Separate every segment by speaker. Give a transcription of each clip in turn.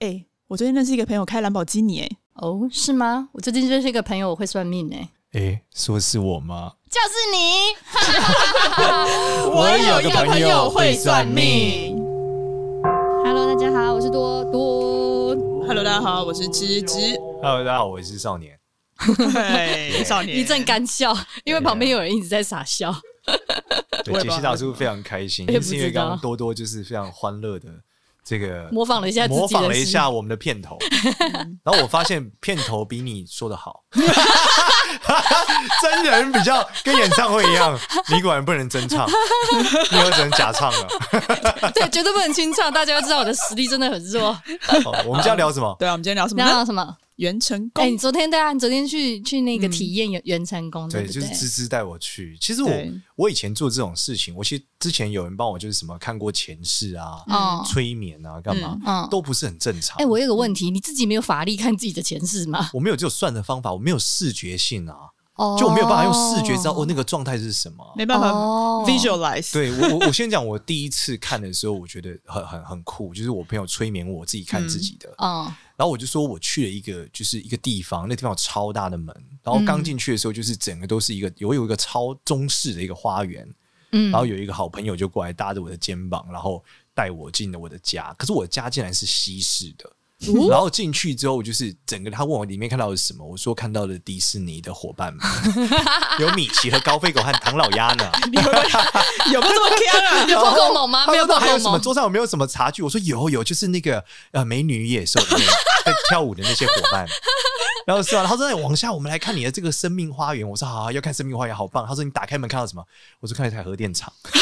Speaker 1: 哎、我最近认识一个朋友开兰博基尼、哎，
Speaker 2: 哦，是吗？我最近认识一个朋友，我会算命哎、
Speaker 3: 诶，说是我吗？
Speaker 2: 就是你。
Speaker 3: 我有个朋友会算命。
Speaker 2: Hello，大家好，我是多多。
Speaker 1: Hello，大家好，我是芝 芝，
Speaker 3: Hello，大家好，我是少年。
Speaker 1: 嘿，少年
Speaker 2: 一阵干笑，因为旁边有人一直在傻笑。
Speaker 3: 对，杰西大叔非常开心，
Speaker 2: 我也不
Speaker 3: 是因为
Speaker 2: 知道
Speaker 3: 刚刚多多就是非常欢乐的这个
Speaker 2: 模仿了一下自己的
Speaker 3: 模仿了一
Speaker 2: 事
Speaker 3: 下我们的 片头，然后我发现片头比你说的好， 真人比较跟演唱会一样，你果然不能真唱，你又只能假唱了。
Speaker 2: 对，绝对不能清唱，大家要知道我的实力真的很弱。
Speaker 3: 好我们今天要聊什么？
Speaker 1: 对啊，我们今天聊什么
Speaker 2: 然
Speaker 1: 呢？
Speaker 2: 后什么？
Speaker 1: 袁成
Speaker 2: 哎、
Speaker 1: 功
Speaker 2: 你，昨天对啊，你昨天去去那个体验元元成功，
Speaker 3: 嗯对，
Speaker 2: 不
Speaker 3: 就
Speaker 2: 对？
Speaker 3: 是芝芝带我去。其实我
Speaker 1: 对
Speaker 3: 我以前做这种事情，我其实之前有人帮我就是什么看过前世啊、
Speaker 2: 哦
Speaker 3: 催眠啊、干嘛，
Speaker 2: 嗯
Speaker 3: 都不是很正常。
Speaker 2: 哎、我有个问题，你自己没有法力看自己的前世吗？
Speaker 3: 我没有这种算的方法，我没有视觉性啊，
Speaker 2: 哦
Speaker 3: 就我没有办法用视觉知道哦那个状态是什么啊。
Speaker 1: 没办法、
Speaker 2: 哦
Speaker 1: visualize，，
Speaker 3: 对我，我我先讲，我第一次看的时候，我觉得很很很酷，就是我朋友催眠我自己看自己的，
Speaker 2: 嗯
Speaker 3: 然后我就说我去了一个就是一个地方，那地方有超大的门，然后刚进去的时候就是整个都是一个有有一个超中式的一个花园，
Speaker 2: 嗯
Speaker 3: 然后有一个好朋友就过来搭着我的肩膀，然后带我进了我的家。可是我的家竟然是西式的，然后进去之后就是整个他问我里面看到的是什么，我说看到了迪士尼的伙伴们，有米奇和高飞狗和唐老鸭呢。
Speaker 1: 有没有这么 care 啊？
Speaker 2: 有不够猛吗？
Speaker 3: 他
Speaker 2: 没
Speaker 3: 说
Speaker 2: 有不
Speaker 3: 那还有
Speaker 2: 够
Speaker 3: 什么
Speaker 2: 猛。
Speaker 3: 桌上有没有什么茶具？我说有有，就是那个呃美女与野兽里面在跳舞的那些伙伴。 然后是啊，他说那往下我们来看你的这个生命花园。我说好、啊，要看生命花园，好棒。他说你打开门看到什么？我说看到一台核电厂。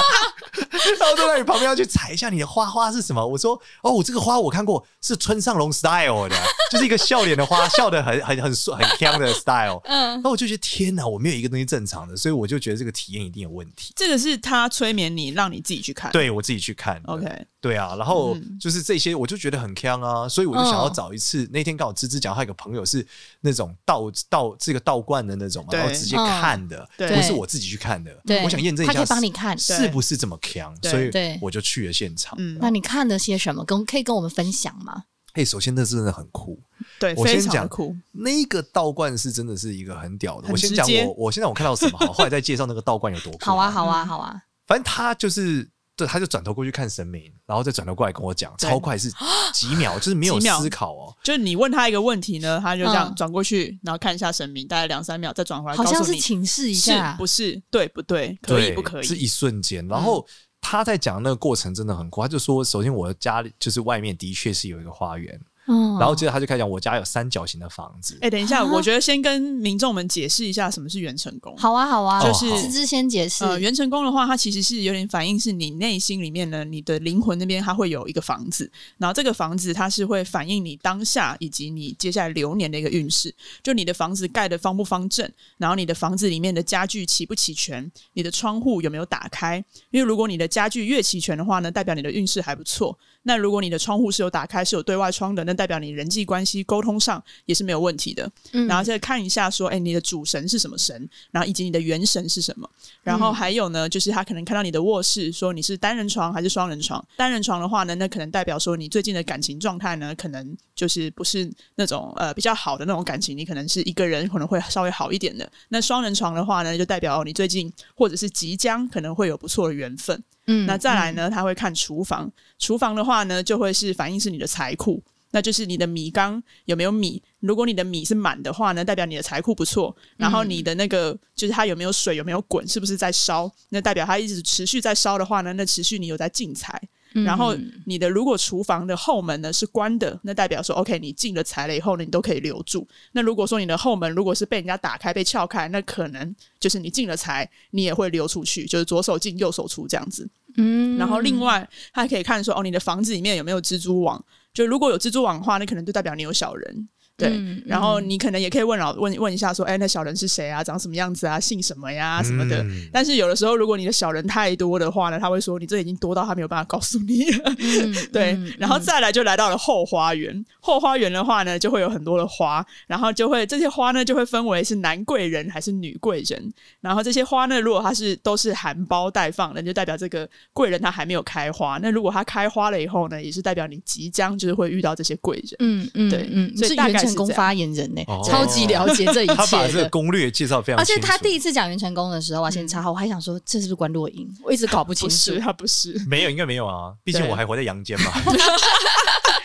Speaker 3: 然后在那里旁边要去踩一下你的花花是什么？我说哦，我这个花我看过，是村上龙 style 的，就是一个笑脸的花，笑得很很很帅很香的 style。嗯，然后我就觉得天哪，我没有一个东西正常的，所以我就觉得这个体验一定有问题。
Speaker 1: 这个是他催眠你，让你自己去看。
Speaker 3: 对我自己去看的
Speaker 1: ，OK，
Speaker 3: 对啊，然后
Speaker 1: 嗯
Speaker 3: 就是这些，我就觉得很坑啊，所以我就想要
Speaker 2: 嗯
Speaker 3: 找一次。那天刚好芝芝讲，她有个朋友是那种道道这个道观的那种嘛，
Speaker 1: 对嗯
Speaker 3: 然后直接看的，
Speaker 1: 对
Speaker 3: 不是我自己去看的。
Speaker 2: 对
Speaker 3: 我想验证一
Speaker 2: 他
Speaker 3: 下，
Speaker 2: 可以帮你看
Speaker 3: 是不是这么坑，
Speaker 1: 对
Speaker 3: 所以
Speaker 2: 对
Speaker 3: 我就去了现场。
Speaker 1: 嗯，
Speaker 2: 那你看了些什么？跟可以跟我们分享吗？
Speaker 3: 嘿，首先那真的很酷，
Speaker 1: 对，
Speaker 3: 我先
Speaker 1: 非常
Speaker 3: 讲
Speaker 1: 的酷，
Speaker 3: 那个道观是真的是一个很屌的。
Speaker 1: 很
Speaker 3: 我先讲
Speaker 1: 直接
Speaker 3: 我我现在我看到什么好，后来再介绍那个道观有多酷。
Speaker 2: 好啊，，好
Speaker 3: 嗯
Speaker 2: 啊，好啊！
Speaker 3: 反正他就是。对，他就转头过去看神明，然后再转头过来跟我讲，
Speaker 1: 对
Speaker 3: 超快是几秒，就是没有
Speaker 1: 几秒
Speaker 3: 思考哦。
Speaker 1: 就是你问他一个问题呢，他就这样
Speaker 2: 嗯
Speaker 1: 转过去，然后看一下神明，大概两三秒，再转回来，
Speaker 2: 好像
Speaker 1: 告诉
Speaker 2: 是
Speaker 1: 你
Speaker 2: 请示一
Speaker 1: 是
Speaker 2: 下，
Speaker 1: 不是？对不对？可
Speaker 3: 对，
Speaker 1: 以不可
Speaker 3: 是
Speaker 1: 以？嗯
Speaker 3: 一瞬间。然后他在讲那个过程真的很酷，他就说，首先我的家里就是外面的确是有一个花园，
Speaker 2: 嗯
Speaker 3: 然后接着他就开始讲我家有三角形的房子，
Speaker 1: 哎、等一下，
Speaker 2: 啊
Speaker 1: 我觉得先跟民众们解释一下什么是元成功。
Speaker 2: 好啊，好啊，
Speaker 3: 就是
Speaker 2: 芝芝先解释，
Speaker 1: 呃，元成功的话，它其实是有点反映是你内心里面呢，你的灵魂那边它会有一个房子，然后这个房子它是会反映你当下以及你接下来流年的一个运势，就你的房子盖的方不方正，然后你的房子里面的家具齐不齐全，你的窗户有没有打开？因为如果你的家具越齐全的话呢，代表你的运势还不错；那如果你的窗户是有打开，是有对外窗的，那代表你人际关系沟通上也是没有问题的。
Speaker 2: 嗯
Speaker 1: 然后再看一下说，哎、你的主神是什么神，然后以及你的元神是什么，然后还有呢，就是他可能看到你的卧室，说你是单人床还是双人床。单人床的话呢，那可能代表说你最近的感情状态呢，可能就是不是那种呃比较好的那种感情，你可能是一个人可能会稍微好一点的。那双人床的话呢，就代表你最近或者是即将可能会有不错的缘分。
Speaker 2: 嗯
Speaker 1: 那再来呢，他会看厨房，厨房的话呢，就会是反映是你的财库。那就是你的米缸有没有米？如果你的米是满的话呢，代表你的财库不错。然后
Speaker 2: 嗯
Speaker 1: 你的那个、就是它有没有水，有没有滚，是不是在烧？那代表它一直持续在烧的话呢，那持续你有在进财。
Speaker 2: 嗯
Speaker 1: 然后你的如果厨房的后门呢是关的，那代表说 OK，你进了财了以后呢，你都可以留住。那如果说你的后门如果是被人家打开、被撬开，那可能就是你进了财，你也会流出去，就是左手进右手出这样子。
Speaker 2: 嗯
Speaker 1: 然后另外他还可以看说哦，你的房子里面有没有蜘蛛网？就如果有蜘蛛网的话，那可能就代表你有小人。对
Speaker 2: 嗯
Speaker 1: 然后
Speaker 2: 嗯
Speaker 1: 你可能也可以问老问问一下说，哎，那小人是谁啊？长什么样子啊？姓什么呀？什么的。
Speaker 3: 嗯
Speaker 1: 但是有的时候，如果你的小人太多的话呢，他会说你这已经多到他没有办法告诉你了。
Speaker 2: 嗯
Speaker 1: 对，
Speaker 2: 嗯
Speaker 1: 然后
Speaker 2: 嗯
Speaker 1: 再来就来到了后花园。后花园的话呢，就会有很多的花，然后就会这些花呢就会分为是男贵人还是女贵人。然后这些花呢，如果它是都是含苞待放的，就代表这个贵人他还没有开花。那如果他开花了以后呢，也是代表你即将就是会遇到这些贵人。
Speaker 2: 嗯嗯
Speaker 1: 对
Speaker 2: 嗯，
Speaker 1: 所以
Speaker 2: 是
Speaker 1: 大
Speaker 2: 袁
Speaker 1: 概是
Speaker 2: 成功
Speaker 1: 这样
Speaker 2: 发言人呢、
Speaker 3: 哦
Speaker 2: 超级了解这一切
Speaker 3: 他把这
Speaker 2: 的
Speaker 3: 个攻略介绍非常
Speaker 2: 而
Speaker 3: 清
Speaker 2: 且
Speaker 3: 楚。
Speaker 2: 他第一次讲袁成功的时候啊，先插话，我还想说这是不是关洛英？我一直搞不
Speaker 1: 嗯
Speaker 2: 清
Speaker 1: 不
Speaker 2: 楚
Speaker 1: 是，。他不是。
Speaker 3: 没有，应该没有啊，毕竟
Speaker 1: 对
Speaker 3: 我还活在阳间嘛。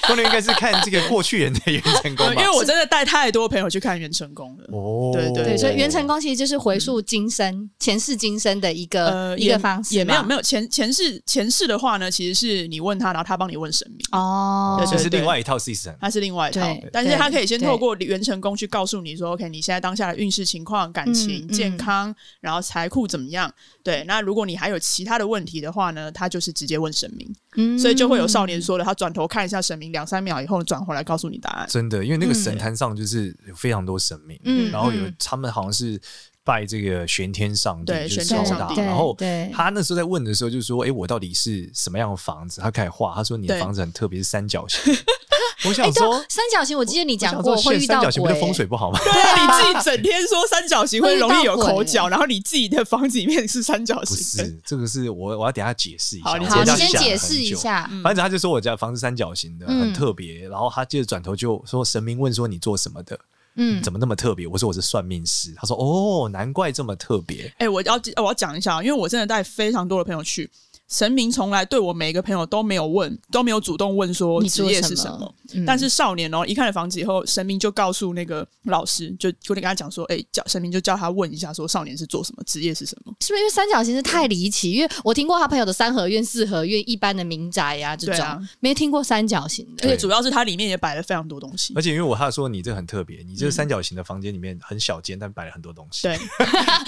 Speaker 3: 关键应该是看这个过去人的袁成 功
Speaker 1: 因
Speaker 3: 吧
Speaker 1: 为。我真的带太多朋友去看袁成功了。
Speaker 3: 嗯哦
Speaker 1: 对对
Speaker 2: 对，所以袁成功其实就是回溯今生、前世今生的一个、
Speaker 1: 嗯呃，
Speaker 2: 一
Speaker 1: 也
Speaker 2: 个方式嘛，
Speaker 1: 也没有没有前前世前世的话呢，其实是你问他，然后他帮你问神明，
Speaker 2: 哦，
Speaker 1: 对
Speaker 3: 这
Speaker 1: 对
Speaker 3: 是另外一套 season。
Speaker 1: 他是另外一套
Speaker 2: 对。
Speaker 1: 但是
Speaker 2: 对
Speaker 1: 他可以先
Speaker 2: 对
Speaker 1: 透过袁成功去告诉你说，OK，你现在当下的运势情况、感情、
Speaker 2: 嗯嗯
Speaker 1: 健康，然后财库怎么样？对，那如果你还有其他的问题的话呢，他就是直接问神明，
Speaker 2: 嗯
Speaker 1: 所以就会有少年说了，他转头看一下神明两三秒以后，转回来告诉你答案。
Speaker 3: 真的，因为那个神坛上就是有非常多神明，
Speaker 2: 嗯
Speaker 3: 然后有
Speaker 2: 嗯
Speaker 3: 他们好像是拜这个玄天上帝，
Speaker 1: 对
Speaker 3: 就是
Speaker 1: 玄天
Speaker 3: 高
Speaker 1: 上
Speaker 3: 达
Speaker 1: 帝
Speaker 2: 对
Speaker 3: 然后
Speaker 2: 对
Speaker 3: 他那时候在问的时候就说：“哎，我到底是什么样的房子？”他开始画，他说：“你的
Speaker 1: 对
Speaker 3: 房子很特别，是三角形。” 我想
Speaker 2: 哎，对啊
Speaker 3: 说，
Speaker 2: 三角形，我记得你
Speaker 3: 我想
Speaker 2: 讲
Speaker 3: 说
Speaker 2: 过会
Speaker 3: 现
Speaker 2: 遇
Speaker 3: 三
Speaker 2: 到
Speaker 3: 角形不
Speaker 2: 鬼
Speaker 3: 就，风水不好 吗？
Speaker 1: 对啊，你自己整天说三角形会容易有口
Speaker 2: 啊
Speaker 1: 角，然后你自己的房子里面是三角
Speaker 3: 不
Speaker 1: 形的
Speaker 3: 是，这个是我我要等一下解释一下。
Speaker 1: 好你
Speaker 3: 我
Speaker 2: 好，
Speaker 1: 先
Speaker 2: 你
Speaker 3: 要
Speaker 2: 先
Speaker 3: 想
Speaker 2: 解
Speaker 3: 很
Speaker 2: 释一
Speaker 3: 久
Speaker 2: 下，
Speaker 1: 嗯
Speaker 3: 反正他就说我家房子三角形的，
Speaker 2: 嗯
Speaker 3: 很特别。然后他接着转头就说：“神明问说你做什么的？
Speaker 2: 嗯，
Speaker 3: 怎么那么特别？”我说：“我是算命师。”他说：“哦，难怪这么特别。
Speaker 1: 哎、我要我要讲一下，因为我真的带非常多的朋友去，神明从来对我每一个朋友都没有问，都没有主动问说
Speaker 2: 你
Speaker 1: 职
Speaker 2: 做
Speaker 1: 业
Speaker 2: 什
Speaker 1: 是什
Speaker 2: 么
Speaker 1: 么。
Speaker 2: 嗯
Speaker 1: 但是少年哦，一看了房子以后，神明就告诉那个老师，就就跟他讲说，哎、叫神明就叫他问一下，说少年是做什么，职业是什么。
Speaker 2: 是不是因为三角形是太离奇？因为我听过他朋友的三合院、四合院、一般的民宅呀、这
Speaker 1: 对
Speaker 2: 种，
Speaker 1: 啊
Speaker 2: 没听过三角形
Speaker 1: 而。
Speaker 2: 的
Speaker 1: 且
Speaker 3: 对
Speaker 1: 主要是它里面也摆了非常多东西
Speaker 3: 而。且因为我他说你这很特别，你这三角形的房间里面很小间，但摆了很多东西。
Speaker 1: 嗯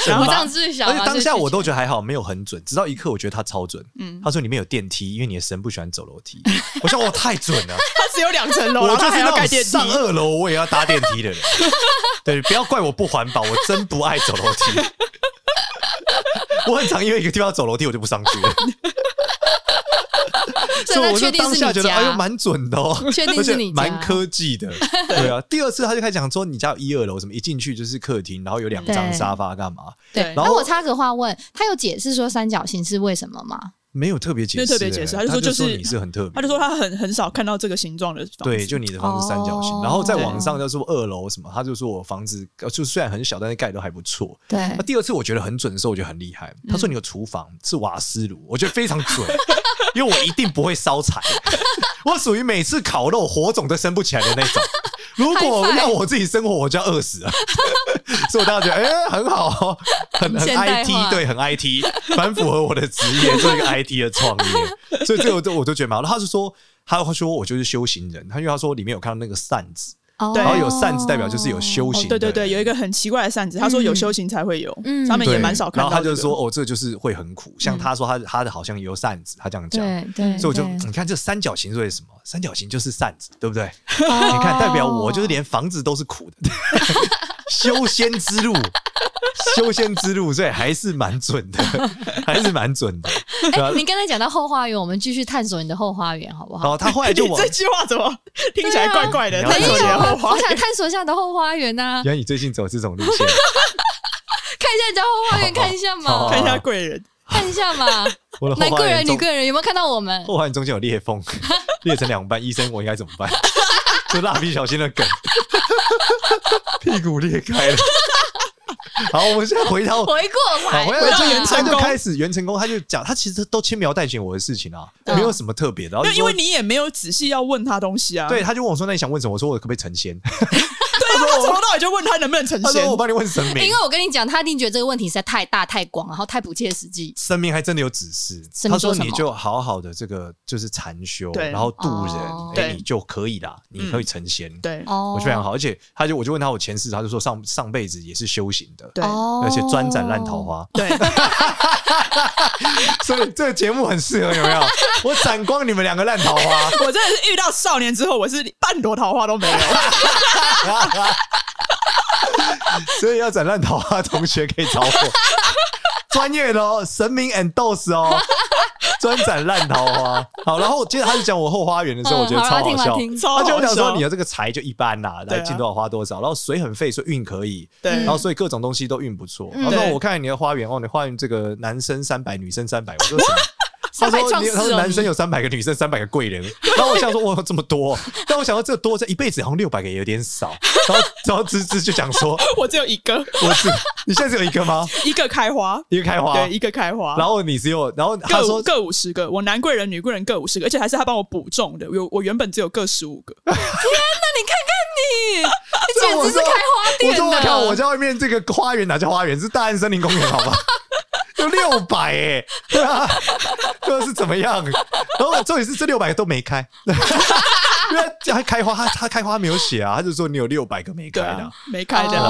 Speaker 1: 对，
Speaker 2: 我
Speaker 3: 吧
Speaker 2: 这样最小
Speaker 3: 而
Speaker 2: 啊，
Speaker 3: 且当下我都
Speaker 2: 得
Speaker 3: 觉得还好，没有很准。直到一刻，我觉得他超准。
Speaker 1: 嗯，
Speaker 3: 他说里面有电梯，因为你的神不喜欢走楼梯。 我想哇，太准了！
Speaker 1: 它只有两 层楼，
Speaker 3: 我
Speaker 1: 然后
Speaker 3: 就
Speaker 1: 它
Speaker 3: 是
Speaker 1: 还要
Speaker 3: 那
Speaker 1: 盖
Speaker 3: 种
Speaker 1: 电梯。
Speaker 3: 上二楼我也要搭电梯的人。对，不要怪我不环保，我真不爱走楼 梯。我很常因为一个地方要走楼梯，我就不上去了，所以
Speaker 2: 那
Speaker 3: 我就
Speaker 2: 确定
Speaker 3: 当
Speaker 2: 是
Speaker 3: 下
Speaker 2: 你
Speaker 3: 觉得
Speaker 2: 家，
Speaker 3: 哎呦蛮准的哦，
Speaker 2: 确定是你
Speaker 3: 而且
Speaker 2: 家
Speaker 3: 蛮科技的，对啊。第二次他就开始讲说你家有一二楼什么，一进去就是客厅，然后有两张
Speaker 2: 对
Speaker 3: 沙发干嘛？
Speaker 2: 对。
Speaker 3: 然
Speaker 2: 那
Speaker 3: 后
Speaker 2: 我插个话问，他有解释说三角形是为什么吗？
Speaker 3: 没有特别解
Speaker 1: 没
Speaker 3: 释，
Speaker 1: 有特别解释
Speaker 3: 哎
Speaker 1: 他就说
Speaker 3: 就
Speaker 1: 就是
Speaker 3: 你是很特别，
Speaker 1: 他就说他很很少看到这个形状的房子。
Speaker 3: 对，就你的房子三角形，
Speaker 2: 哦
Speaker 3: 然后在网上就说二楼什么，他就说我房子呃就虽然很小，但是盖得还不错。
Speaker 2: 对，嗯
Speaker 3: 那第二次我觉得很准的时候，我觉得很厉害。他说你有厨房是瓦斯炉，我觉得非常准， 因为我一定不会烧柴， 我属于每次烤肉火种都升不起来的那种。如果
Speaker 2: High five
Speaker 3: 让我自己生活，我就要饿死了。 所以我当时觉得，哎、很好哦，很很
Speaker 2: 现代
Speaker 3: IT，
Speaker 2: 化
Speaker 3: 对，很 IT，蛮符合我的职 业，做一个 IT 的创业。所以这个我就我就觉得蛮好。然后他就说，他会说我就是修行人，他因为他说里面有看到那个扇子，
Speaker 2: 哦
Speaker 1: 对
Speaker 3: 然后有扇子代表就是有修
Speaker 1: 哦
Speaker 3: 行、，
Speaker 1: 对对对，有一。个很奇怪的扇子，他说有修行才会有，
Speaker 2: 嗯
Speaker 1: 他们
Speaker 3: 对
Speaker 1: 也蛮少看
Speaker 3: 然
Speaker 1: 到
Speaker 3: 后
Speaker 1: 这个。嗯
Speaker 3: 他就说：“哦，这就是会很苦。”像他说他他的好像有扇子，他这样讲。
Speaker 2: 对对，
Speaker 3: 所以我就
Speaker 2: 对
Speaker 3: 你看这三角形是为什么？三角形就是扇子，对不对？你
Speaker 2: 哦
Speaker 3: 看代表我就是连房子都是苦的， 修仙之路，修仙之路，所以还是蛮 准的，还是蛮准的。对吧
Speaker 2: 哎，你刚才讲到后花园，我们继续探索你的后花园好不
Speaker 3: 然
Speaker 2: 好？
Speaker 3: 后他后哎来就
Speaker 1: 你
Speaker 3: 往
Speaker 1: 这，句话怎么听起来怪怪的？
Speaker 3: 对啊
Speaker 1: 探
Speaker 3: 没
Speaker 1: 索
Speaker 3: 有
Speaker 1: 你的
Speaker 2: 啊
Speaker 1: 后花
Speaker 2: 我想探索一下你的后花园啊呐，
Speaker 3: 原来你最近走这种路线，
Speaker 2: 看一下你的后花园，
Speaker 3: 好好
Speaker 2: 看一下
Speaker 3: 好
Speaker 2: 嘛，
Speaker 1: 看一下贵人，
Speaker 2: 看一下 嘛，
Speaker 3: 我的后
Speaker 2: 男
Speaker 3: 花
Speaker 2: 贵
Speaker 1: 啊
Speaker 3: 园
Speaker 2: 人、女
Speaker 3: 中，
Speaker 2: 贵人有没有看到我们？
Speaker 3: 后花园中间有裂缝，裂成两半，医生我应该怎么办？ 就蜡笔小新的梗，屁股裂开了。好，我们现在回到
Speaker 2: 回过来，
Speaker 3: 好，
Speaker 1: 回到
Speaker 3: 这
Speaker 1: 原成
Speaker 3: 他就
Speaker 1: 功
Speaker 3: 开始袁成功，他就讲，他其实都轻描淡写我的事情啊，
Speaker 2: 嗯
Speaker 3: 没有什么特别的。然后
Speaker 1: 那
Speaker 3: 就
Speaker 1: 因为
Speaker 3: 说
Speaker 1: 你也没有仔细要问他东西啊。
Speaker 3: 哦对，他就问我说：“那你想问什么？”我说：“我可不可以成仙
Speaker 1: 对啊，他从头到尾就问他能不能成？”
Speaker 3: 他
Speaker 1: 仙
Speaker 3: 说：“我。帮你问神明
Speaker 2: 因。为我跟你讲，他一定觉得这个问题实在太大、太广，然后太不切实际”。
Speaker 3: 神明还真的有指示，
Speaker 2: 神
Speaker 3: 他
Speaker 2: 明说：“
Speaker 3: 说
Speaker 2: 什么
Speaker 3: 你就好好的这个就是禅修，
Speaker 1: 对
Speaker 3: 然后度
Speaker 2: 哦
Speaker 3: 人，哎，
Speaker 1: 对
Speaker 3: 你就可以啦，你可以成仙。”，
Speaker 1: 对
Speaker 2: 哦
Speaker 3: 我觉得非常好。而且他就我就问他我前世，他就说上上辈子也是修行的，
Speaker 1: 对
Speaker 2: 哦
Speaker 3: 而且专斩烂桃。花。
Speaker 1: 对，
Speaker 3: 所以这个节目很适合有没有？我斩光你们两个烂桃花。
Speaker 1: 我真的是遇到少年之后，我是半朵桃花都没有。
Speaker 3: 所以要斩烂桃花，同学可以找我，专业的哦，神明 and dose 哦，专斩烂桃花。好，然后接着他就讲我后花园的时
Speaker 2: 嗯
Speaker 3: 候，我觉得
Speaker 2: 好
Speaker 3: 超好
Speaker 2: 听
Speaker 3: 笑
Speaker 2: 好。听
Speaker 1: 超
Speaker 3: 他就讲说
Speaker 1: 好笑
Speaker 3: 你的这个财就一般啦，
Speaker 1: 对
Speaker 3: 来
Speaker 1: 啊
Speaker 3: 进多少花多少，然后水很费，所以运可以，
Speaker 1: 对，
Speaker 2: 嗯
Speaker 3: 然后所以各种东西都运不错。
Speaker 2: 嗯
Speaker 3: 然后那
Speaker 1: 对
Speaker 3: 我看你的花园哦，你花园这个男生三百，女生三百，我说 什么？
Speaker 2: 三
Speaker 3: 他
Speaker 2: 百
Speaker 3: 说
Speaker 2: 壮
Speaker 3: 你：“
Speaker 2: 士
Speaker 3: 他
Speaker 2: 哦
Speaker 3: 说男生
Speaker 2: 你
Speaker 3: 有三百个，女生三百个贵 人。”然后我想说：“哇，这么多！”但我想到这多，这一辈子好像六百个也有点少。然后，然后芝芝就讲说：“
Speaker 1: 我只有一个，
Speaker 3: 我是你现在只有一个吗？
Speaker 1: 一个开花，
Speaker 3: 一个开花，
Speaker 1: 对，一个开花，
Speaker 3: 然后你只有，然后他
Speaker 1: 各
Speaker 3: 说
Speaker 1: 五各五十个，我男贵人、女贵人各五十个，而且还是他帮我补中的。有我原本只有各十五 个，
Speaker 2: 看看
Speaker 3: 这
Speaker 2: 你，你
Speaker 3: 我
Speaker 2: 简直
Speaker 3: 说
Speaker 2: 是开花
Speaker 3: 我
Speaker 2: 店啊
Speaker 3: 说我靠，我
Speaker 2: 的。
Speaker 3: 在外面这个花园哪叫花园？是大安森林公园，好吧？ 就六百哎，对啊，这是怎么样？然后重点是这六百都没开， 因为他开花，他他开花没有写啊，他就说你有六百个没
Speaker 1: 对
Speaker 3: 开的
Speaker 1: 啊，，没开的。
Speaker 3: 哦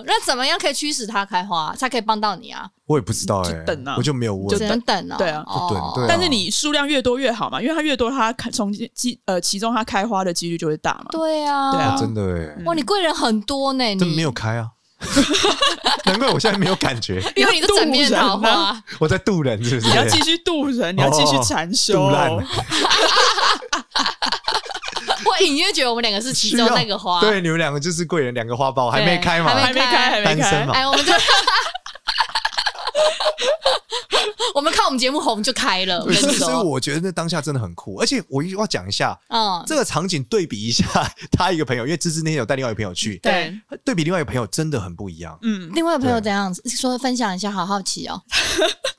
Speaker 2: 哦，那怎么样可以驱使它开花，才可以帮到你啊？
Speaker 3: 我也不知道哎
Speaker 1: 就等啊，
Speaker 3: 我就没有
Speaker 1: 就
Speaker 2: 只
Speaker 3: 问。
Speaker 2: 能等哦。
Speaker 1: 对啊
Speaker 2: 哦
Speaker 3: 就等对啊
Speaker 1: 但是你数量越多越好嘛，因为它越多，它看从几呃其中它开花的几率就会大嘛。
Speaker 2: 对啊，
Speaker 1: 对啊
Speaker 3: 真的哎，
Speaker 2: 哇，你贵人很多呢，你
Speaker 3: 真没有，开啊， 难怪我现在没有感觉，
Speaker 2: 因为你是整 面
Speaker 1: 你要
Speaker 2: 桃
Speaker 1: 渡人
Speaker 2: 花。
Speaker 3: 我在渡人是不是？
Speaker 1: 你要继续渡人，
Speaker 3: 啊
Speaker 1: 你要继续禅修。哦
Speaker 3: 渡烂。
Speaker 2: 我隐约觉得我们两个是其中那个 花。
Speaker 3: 对，你们两个就是贵人，两个花苞还没开嘛
Speaker 2: 还，
Speaker 1: 还没开，还没
Speaker 3: 单身
Speaker 1: 开
Speaker 3: 嘛，
Speaker 2: 哎，我们就。 我们看我们节目红就开 了，我
Speaker 3: 对
Speaker 2: 跟
Speaker 3: 所
Speaker 2: 你
Speaker 3: 以所以
Speaker 2: 说，
Speaker 3: 我觉得那当下真的很酷，而且我一定要讲一下
Speaker 2: 嗯，
Speaker 3: 这个场景，对比一下他一个朋友，因为芝芝那天有带另外一个朋友去，
Speaker 1: 对，
Speaker 3: 对比另外一个朋友真的很不一样。
Speaker 1: 嗯，
Speaker 2: 另外一个朋友怎样子说分享一下，好好奇哦。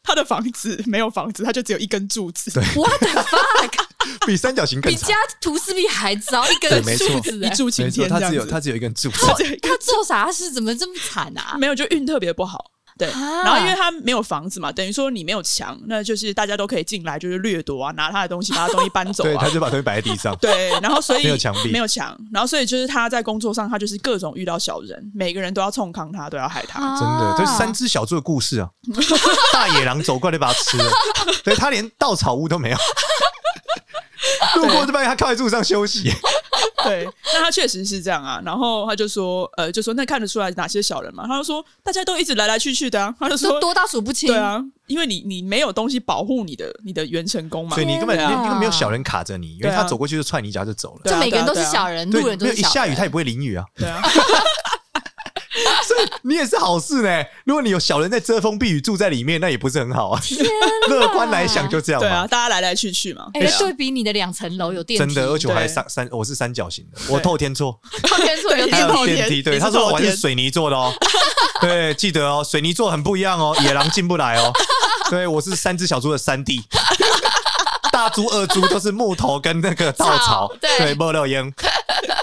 Speaker 1: 他的房子没有房子，他就只有一根柱子，
Speaker 2: What the fuck？
Speaker 3: 比三角 形更
Speaker 2: 比
Speaker 3: 长
Speaker 2: 家。徒四壁还糟，一
Speaker 3: 对
Speaker 2: 根
Speaker 3: 没
Speaker 2: 柱
Speaker 3: 错
Speaker 2: 子
Speaker 1: 一
Speaker 2: 欸。
Speaker 1: 柱擎
Speaker 3: 没错，
Speaker 1: 天这
Speaker 3: 他只
Speaker 1: 样
Speaker 3: 有
Speaker 1: 子。
Speaker 3: 他只有一根柱子，
Speaker 1: 他只有一根
Speaker 2: 他做啥事？怎么这么惨啊？
Speaker 1: 没有，就运特别不好。对，
Speaker 2: 啊
Speaker 1: 然后因为他没有房子嘛，等于说你没有墙，那就是大家都可以进来，就是掠夺啊，拿他的东西，把他的东西搬走
Speaker 3: 对，
Speaker 1: 啊
Speaker 3: 他。就把东西摆在地上。
Speaker 1: 对，然后所以
Speaker 3: 没有墙壁
Speaker 1: 没有墙，然后所以就是他在工作上，他就是各种遇到小人，每个人都要冲康他，都要害
Speaker 2: 啊
Speaker 1: 他。
Speaker 3: 真的，这是三只小猪的故事啊！大野狼走过来就把它 吃了，对他连稻草屋都没有。路过这边，他靠在树上休息。
Speaker 1: 对，那他确实是这样啊。然后他就说，呃，就说那看得出来哪些小人嘛？他就说大家都一直来来去去的啊。他就
Speaker 2: 就
Speaker 1: 说，
Speaker 2: 多到数不清。
Speaker 1: 对，啊，因为你你没有东西保护你的你的元成功嘛
Speaker 3: 所以。你根本
Speaker 1: 天
Speaker 3: 你
Speaker 2: 哪
Speaker 3: 根本没有小人卡着你，因为
Speaker 1: 啊对啊
Speaker 3: 他走过去就踹你一脚就走了。
Speaker 1: 对
Speaker 2: 就
Speaker 1: 啊
Speaker 2: 每个人都是
Speaker 1: 对啊
Speaker 2: 小人，
Speaker 3: 对
Speaker 2: 路人都
Speaker 3: 没有
Speaker 2: 是
Speaker 3: 一
Speaker 2: 小人。
Speaker 3: 下雨他也不会淋雨啊，
Speaker 1: 对啊，
Speaker 3: 所以你也是好事呢。如果你有小人在遮风避雨住在里面，那也不是很好啊。乐观来想就这样
Speaker 1: 对啊，
Speaker 3: 嘛。
Speaker 1: 大家来来去去嘛。
Speaker 2: 哎，对比你的两层楼有电梯，
Speaker 3: 真的，而且我还
Speaker 1: 对
Speaker 3: 三三，我是三角形的，我透天做，
Speaker 2: 后天处有
Speaker 3: 还
Speaker 2: 电
Speaker 1: 对
Speaker 2: 梯。
Speaker 3: 有电
Speaker 1: 透
Speaker 3: 梯。
Speaker 1: 天
Speaker 3: 对，
Speaker 1: 你是
Speaker 3: 他说
Speaker 1: 透
Speaker 3: 我是
Speaker 1: 天
Speaker 3: 水泥做的哦。 对，记得哦，水泥做很不一样哦，野狼进不来 哦。对，我是三只小猪的三弟，大猪、二猪都是木头跟那个稻草
Speaker 2: 草，对
Speaker 3: 对，木料烟，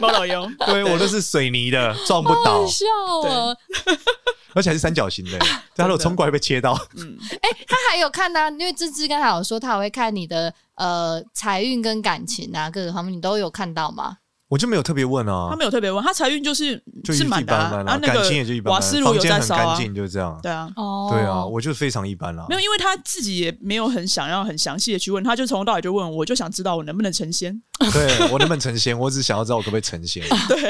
Speaker 1: 猫老 鹰，
Speaker 3: 对我都是水泥的，撞不倒
Speaker 2: 好，笑哦！
Speaker 3: 而且还是三角形的，他如果冲过来会被切到。
Speaker 2: 他还有看他，因为芝芝刚才有说他还会看你的呃财运跟感情啊各个方面，你都有看到吗？
Speaker 3: 我就没有特别问啊，
Speaker 1: 他没有特别问，他财运就是
Speaker 3: 就一
Speaker 1: 是满
Speaker 3: 般
Speaker 1: 的
Speaker 3: 般啦，
Speaker 1: 啊，那
Speaker 3: 感
Speaker 1: 个
Speaker 3: 情也就一般
Speaker 1: 瓦
Speaker 3: 般，
Speaker 1: 斯炉
Speaker 3: 房
Speaker 1: 有
Speaker 3: 间
Speaker 1: 在
Speaker 3: 很
Speaker 1: 烧
Speaker 3: 干
Speaker 1: 啊，
Speaker 3: 净，就是这样。
Speaker 1: 对啊。
Speaker 2: 哦，
Speaker 3: 对啊，我就非常一般啦。
Speaker 1: 没有，因为他自己也没有很想要很详细的去问，他就从头到尾就问我，就想知道我能不能成仙。
Speaker 3: 对我能不能成仙，我只想要知道我可不可以成 仙。对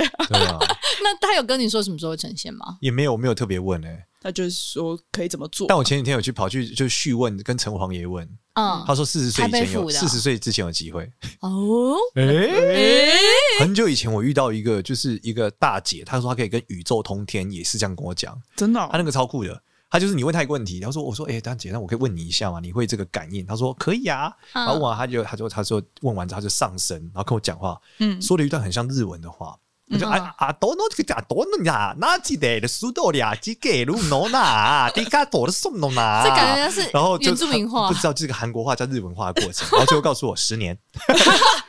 Speaker 3: 啊，
Speaker 2: 那他有跟你说什么时候会呈现吗？
Speaker 3: 也没有没有特别问哎。
Speaker 1: 他就是说可以怎么做，
Speaker 3: 但我前几天有去跑去就续问，跟陈黄爷问，
Speaker 2: 嗯，
Speaker 3: 他说四十岁以
Speaker 2: 他被
Speaker 3: 前有
Speaker 2: 俘的啊
Speaker 3: 四十岁之前有机会。
Speaker 2: 哦，
Speaker 3: 哎，
Speaker 2: 诶，
Speaker 3: 很久以前我遇到一个就是一个大姐，她说她可以跟宇宙通天，也是这样跟我讲。
Speaker 1: 真的哦、
Speaker 3: 他那个超酷的，他就是你问他一个问题，他说我说哎、欸，丹姐，那我可以问你一下吗？你会这个感应？他说可以啊。
Speaker 2: 嗯
Speaker 3: 然后问完他就他就他说问完之后他就上身，然后跟我讲话，
Speaker 1: 嗯
Speaker 3: 说了一段很像日文的话。我就
Speaker 2: 嗯
Speaker 3: 啊啊，多诺这个啊，多诺呀，那记得的苏多呀，几给路诺那，迪卡多的送诺那，
Speaker 2: 这感觉像是
Speaker 3: 啊然后就
Speaker 2: 原住民 话
Speaker 3: 不知道这个韩国话加日文化的过程，然后最后告诉我十年。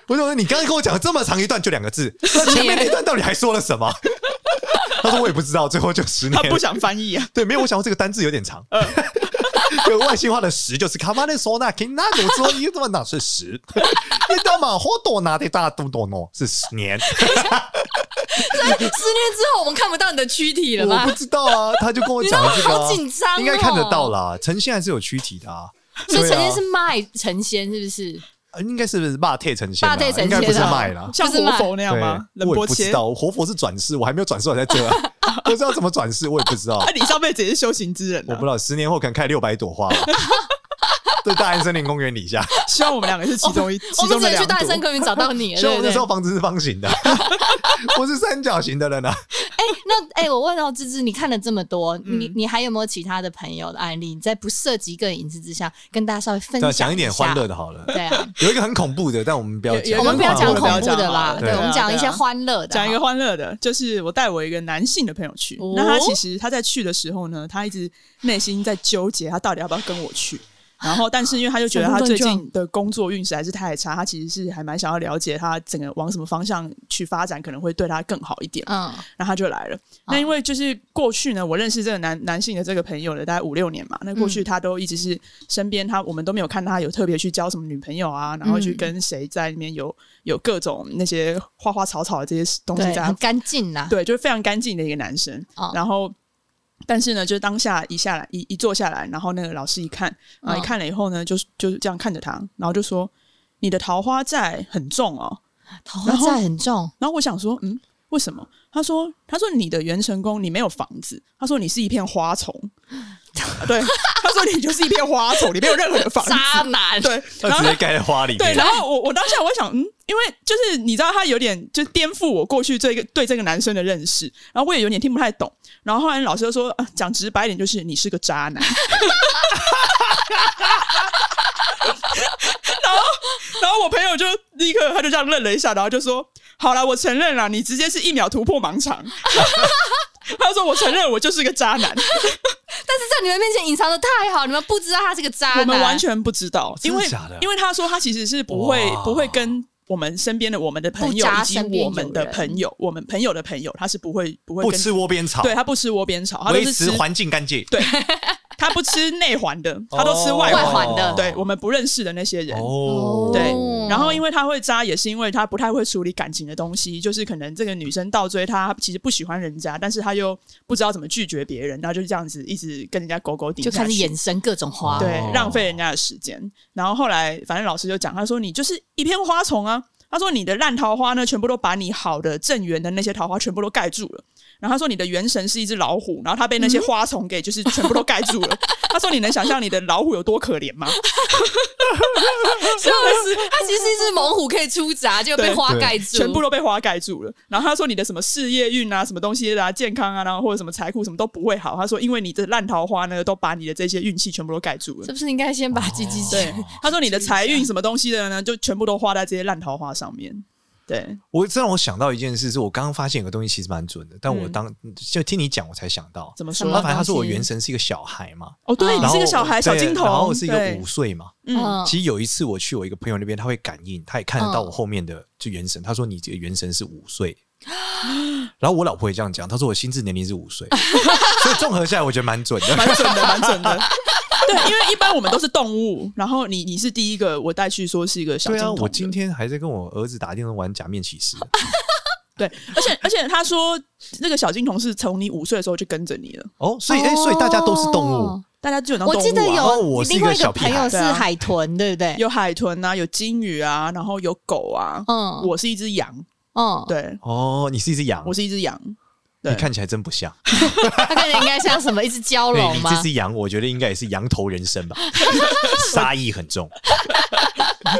Speaker 3: 我就说你刚刚跟我讲这么长一段就两个字，那前面那段到底还说了什么？ 他说我也不知道，最后就十
Speaker 1: 他
Speaker 3: 年。
Speaker 1: 不想翻译啊，
Speaker 3: 对，没有，我想到这个单字有点长。
Speaker 1: 嗯
Speaker 3: 对，外星话的十就是卡玛内索纳金纳鲁说你怎么哪是十？你知道吗？火多拿的大肚多诺是十年，
Speaker 2: 十年之后我们看不到你的躯体了
Speaker 3: 我
Speaker 2: 吧
Speaker 3: 不？知道啊。他就跟我讲了这
Speaker 2: 你知
Speaker 3: 个、啊，
Speaker 2: 道我好紧张哦
Speaker 3: 应该看得到啦。成仙还是有躯体的啊。
Speaker 2: 所以
Speaker 3: 对啊
Speaker 2: 成仙是卖成仙，是不是？
Speaker 3: 呃应该是不是骂退成仙啦？
Speaker 2: 骂退成仙
Speaker 3: 啊应该不是
Speaker 2: 啦
Speaker 3: 卖啦。
Speaker 1: 像
Speaker 2: 不是嘛
Speaker 1: 活佛那啊样
Speaker 3: 对
Speaker 1: 吗？冷
Speaker 3: 我也
Speaker 1: 波
Speaker 3: 不知
Speaker 1: 切，
Speaker 3: 道，活佛是转世，我还没有转世，我才在这啊， 我不知道怎么转世，我也不 知道
Speaker 1: 啊，，你上辈子也是修行之人、啊，
Speaker 3: 我不知道，十年后可能开六百朵花 吧，在大安森林公园底下，
Speaker 1: 希望我们两个是其中一，
Speaker 2: 我
Speaker 1: 其
Speaker 2: 们
Speaker 1: 中
Speaker 2: 只
Speaker 1: 的
Speaker 2: 能
Speaker 1: 两
Speaker 2: 去大山
Speaker 1: 朵。
Speaker 2: 公园找到你了，
Speaker 3: 所
Speaker 2: 对
Speaker 3: 以我
Speaker 2: 不
Speaker 3: 那
Speaker 2: 对
Speaker 3: 时？候房子是方形的， 我是三角形的人啊。
Speaker 2: 哎，那哎，我问到芝芝，你看了这么多，
Speaker 1: 嗯
Speaker 2: 你你还有没有其他的朋友的案例？你在不涉及个人隐私之下，跟大家稍微分
Speaker 3: 对
Speaker 2: 享
Speaker 3: 啊讲一点
Speaker 2: 下
Speaker 3: 欢乐，的好了，
Speaker 2: 对啊，
Speaker 3: 有一个很恐怖的，但我们不要
Speaker 1: 有有
Speaker 3: 讲，
Speaker 1: 一
Speaker 2: 我
Speaker 1: 个
Speaker 2: 们不要
Speaker 1: 很
Speaker 2: 讲
Speaker 1: 恐
Speaker 2: 恐
Speaker 1: 怖
Speaker 2: 怖
Speaker 1: 的
Speaker 2: 的
Speaker 1: 好
Speaker 2: 啦，
Speaker 1: 了
Speaker 2: 对，
Speaker 1: 对啊
Speaker 2: 我们讲一
Speaker 1: 对
Speaker 2: 些
Speaker 1: 啊
Speaker 2: 欢乐的，
Speaker 1: 讲一个
Speaker 2: 好
Speaker 1: 欢乐的，就是我带我一个男性的朋友去，
Speaker 2: 哦
Speaker 1: 那他其实他在去的时候呢，他一直内心在纠结，他到底要不要跟我去。然后，但是因为他就觉得他最近的工作运实在是太差，他其实是还蛮想要了解他整个往什么方向去发展，可能会对他更好一点。
Speaker 2: 嗯，
Speaker 1: 然后他就来了。那因为就是过去呢，我认识这个男男性的这个朋友了，大概五六年嘛。那过
Speaker 2: 嗯
Speaker 1: 去他都一直是身边他，我们都没有看他有特别去交什么女朋友啊，然后去
Speaker 2: 嗯
Speaker 1: 跟谁在里面有有各种那些花花草草的这些东西
Speaker 2: 对，
Speaker 1: 在
Speaker 2: 很
Speaker 1: 他，
Speaker 2: 干净呐，
Speaker 1: 对，就是非常干净的一个男生。
Speaker 2: 哦
Speaker 1: 然后。但是呢，就是当下一下来一一坐下来，然后那个老师一看，啊，一
Speaker 2: 嗯
Speaker 1: 看了以后呢，就是就是这样看着他，然后就说：“你的桃花债很重哦。”
Speaker 2: 头
Speaker 1: 然后
Speaker 2: 发很重，
Speaker 1: 然后我想说，嗯，为什么？他说，他说你的元成功你没有房子，他说你是一片花丛，对，他说你就是一片花丛，你没有任何的 房子，
Speaker 2: 渣 男，
Speaker 1: 对，然
Speaker 3: 他
Speaker 1: 后
Speaker 3: 直接盖在花里
Speaker 1: 对，
Speaker 3: 面
Speaker 1: 然。后我我当下我想，嗯，因为就是你知道他有点就颠覆我过去这个对这个男生的认识，然后我也有点听不太懂，然后后来老师就说，啊讲直白一点就是你是个渣男。 然后我朋友就立刻他就这样愣了一下，然后就说：“好了，我承认了，你直接是一秒突破盲肠。” 他说：“我承认，我就是个渣男。
Speaker 2: 但是在你们面前隐藏的太好，你们不知道他是个渣男，
Speaker 1: 我们完全不知道，
Speaker 3: 真
Speaker 1: 因
Speaker 3: 的
Speaker 1: 为
Speaker 3: 假的
Speaker 1: 因为他说他其实是不会
Speaker 3: 哇
Speaker 1: 不会跟我们身边的我们的朋
Speaker 2: 不
Speaker 1: 友
Speaker 2: 加
Speaker 1: 以及
Speaker 2: 身边
Speaker 1: 我们
Speaker 2: 有
Speaker 1: 的
Speaker 2: 人
Speaker 1: 朋友，我们朋友的朋友，他是不会不会
Speaker 3: 不
Speaker 1: 跟
Speaker 3: 吃窝边草，
Speaker 1: 对他不吃窝边草，他都
Speaker 3: 维
Speaker 1: 是
Speaker 3: 持
Speaker 1: 吃
Speaker 3: 环境干净。
Speaker 1: 他不吃内环的，他都吃外
Speaker 2: 外
Speaker 1: 环。
Speaker 2: 环的
Speaker 1: 对我们不认识的那些人，
Speaker 3: 哦，
Speaker 1: 对
Speaker 2: 哦
Speaker 1: 然后因为他会渣，也是因为他不太会处理感情的东西，就是可能这个女生倒追他，其实不喜欢人家，但是他又不知道怎么拒绝别人，然后就这样子一直跟人家狗狗顶
Speaker 2: 就
Speaker 1: 下
Speaker 2: 开始
Speaker 1: 去。
Speaker 2: 衍生各种花，
Speaker 1: 对
Speaker 3: 哦，
Speaker 1: 浪费人家的时间。然后后来，反正老师就讲，他说你就是一片花丛啊。他说你的烂桃花呢，全部都把你好的正缘的那些桃花全部都盖住了。然后他说你的元神是一只老虎，然后他被那些花丛给就是全部都盖住了。他说你能想象你的老虎有多可怜吗？
Speaker 2: 笑死！他其实是一只猛虎，可以出闸，就被花盖住，
Speaker 1: 全部都被花盖住了。然后他说你的什么事业运啊、什么东西的啊、健康啊，然后或者什么财库什么都不会好。他说因为你的烂桃花呢，都把你的这些运气全部都盖住了
Speaker 2: 是。不是应该先把鸡鸡
Speaker 3: 哦
Speaker 1: 对，他说你的财运什么东西的呢，就全部都花在这些烂桃花上面。对，
Speaker 3: 我这让我想到一件事，是我刚刚发现有个东西其实蛮准的，但我
Speaker 1: 嗯
Speaker 3: 当就听你讲，我才想到。
Speaker 1: 怎么
Speaker 2: 什
Speaker 3: 他
Speaker 1: 说
Speaker 2: 么？
Speaker 3: 反正他说我
Speaker 2: 东西
Speaker 3: 元神是一个小孩嘛，
Speaker 1: 哦，对
Speaker 2: 嗯
Speaker 1: 你
Speaker 3: 然
Speaker 1: 是
Speaker 3: 后
Speaker 1: 个小孩，
Speaker 3: 对
Speaker 1: 小金童，
Speaker 3: 然后我是一个
Speaker 1: 对
Speaker 3: 五岁嘛。
Speaker 1: 嗯，
Speaker 3: 其实有一次我去我一个朋友那边，他会感应，他也看得到我后面的就元神，他说你这个元神是五岁。
Speaker 1: 嗯
Speaker 3: 然后我老婆也这样讲，她说我心智年龄是 五岁，所以综合下来我觉得蛮准的。
Speaker 1: 蛮准的，蛮准 的。对，因为一般我们都是动物，然后你你是第一个我带去说是一 个小
Speaker 3: 对
Speaker 1: 金
Speaker 3: 啊，
Speaker 1: 童的。
Speaker 3: 我今天还在跟我儿子打电动玩假面骑士，
Speaker 1: 对，而且而且他说那个小金童是从你五岁的时候就跟着你了，
Speaker 3: 哦，所以哎、所以大家都是动物
Speaker 2: 哦，
Speaker 1: 大家基本上
Speaker 2: 我
Speaker 1: 动物啊、
Speaker 2: 记得
Speaker 3: 哦
Speaker 2: 有
Speaker 3: 我是一
Speaker 2: 另
Speaker 3: 个
Speaker 2: 外一
Speaker 3: 小
Speaker 2: 个
Speaker 3: 屁
Speaker 2: 朋友
Speaker 3: 孩
Speaker 2: 是
Speaker 1: 对啊
Speaker 2: 海豚，对不对？
Speaker 1: 有海豚啊，有金鱼啊，然后有狗啊。
Speaker 2: 嗯，
Speaker 1: 我是一只羊，
Speaker 2: 嗯，
Speaker 1: 对
Speaker 3: 哦，你是一只羊
Speaker 1: 我，是一只羊。对
Speaker 3: 你看起来真不像。
Speaker 2: 他看起来应该像什么一只蛟
Speaker 3: 对
Speaker 2: 龙
Speaker 3: 你
Speaker 2: 吗？
Speaker 3: 这只羊，我觉得应该也是羊头人 身吧，杀意很重。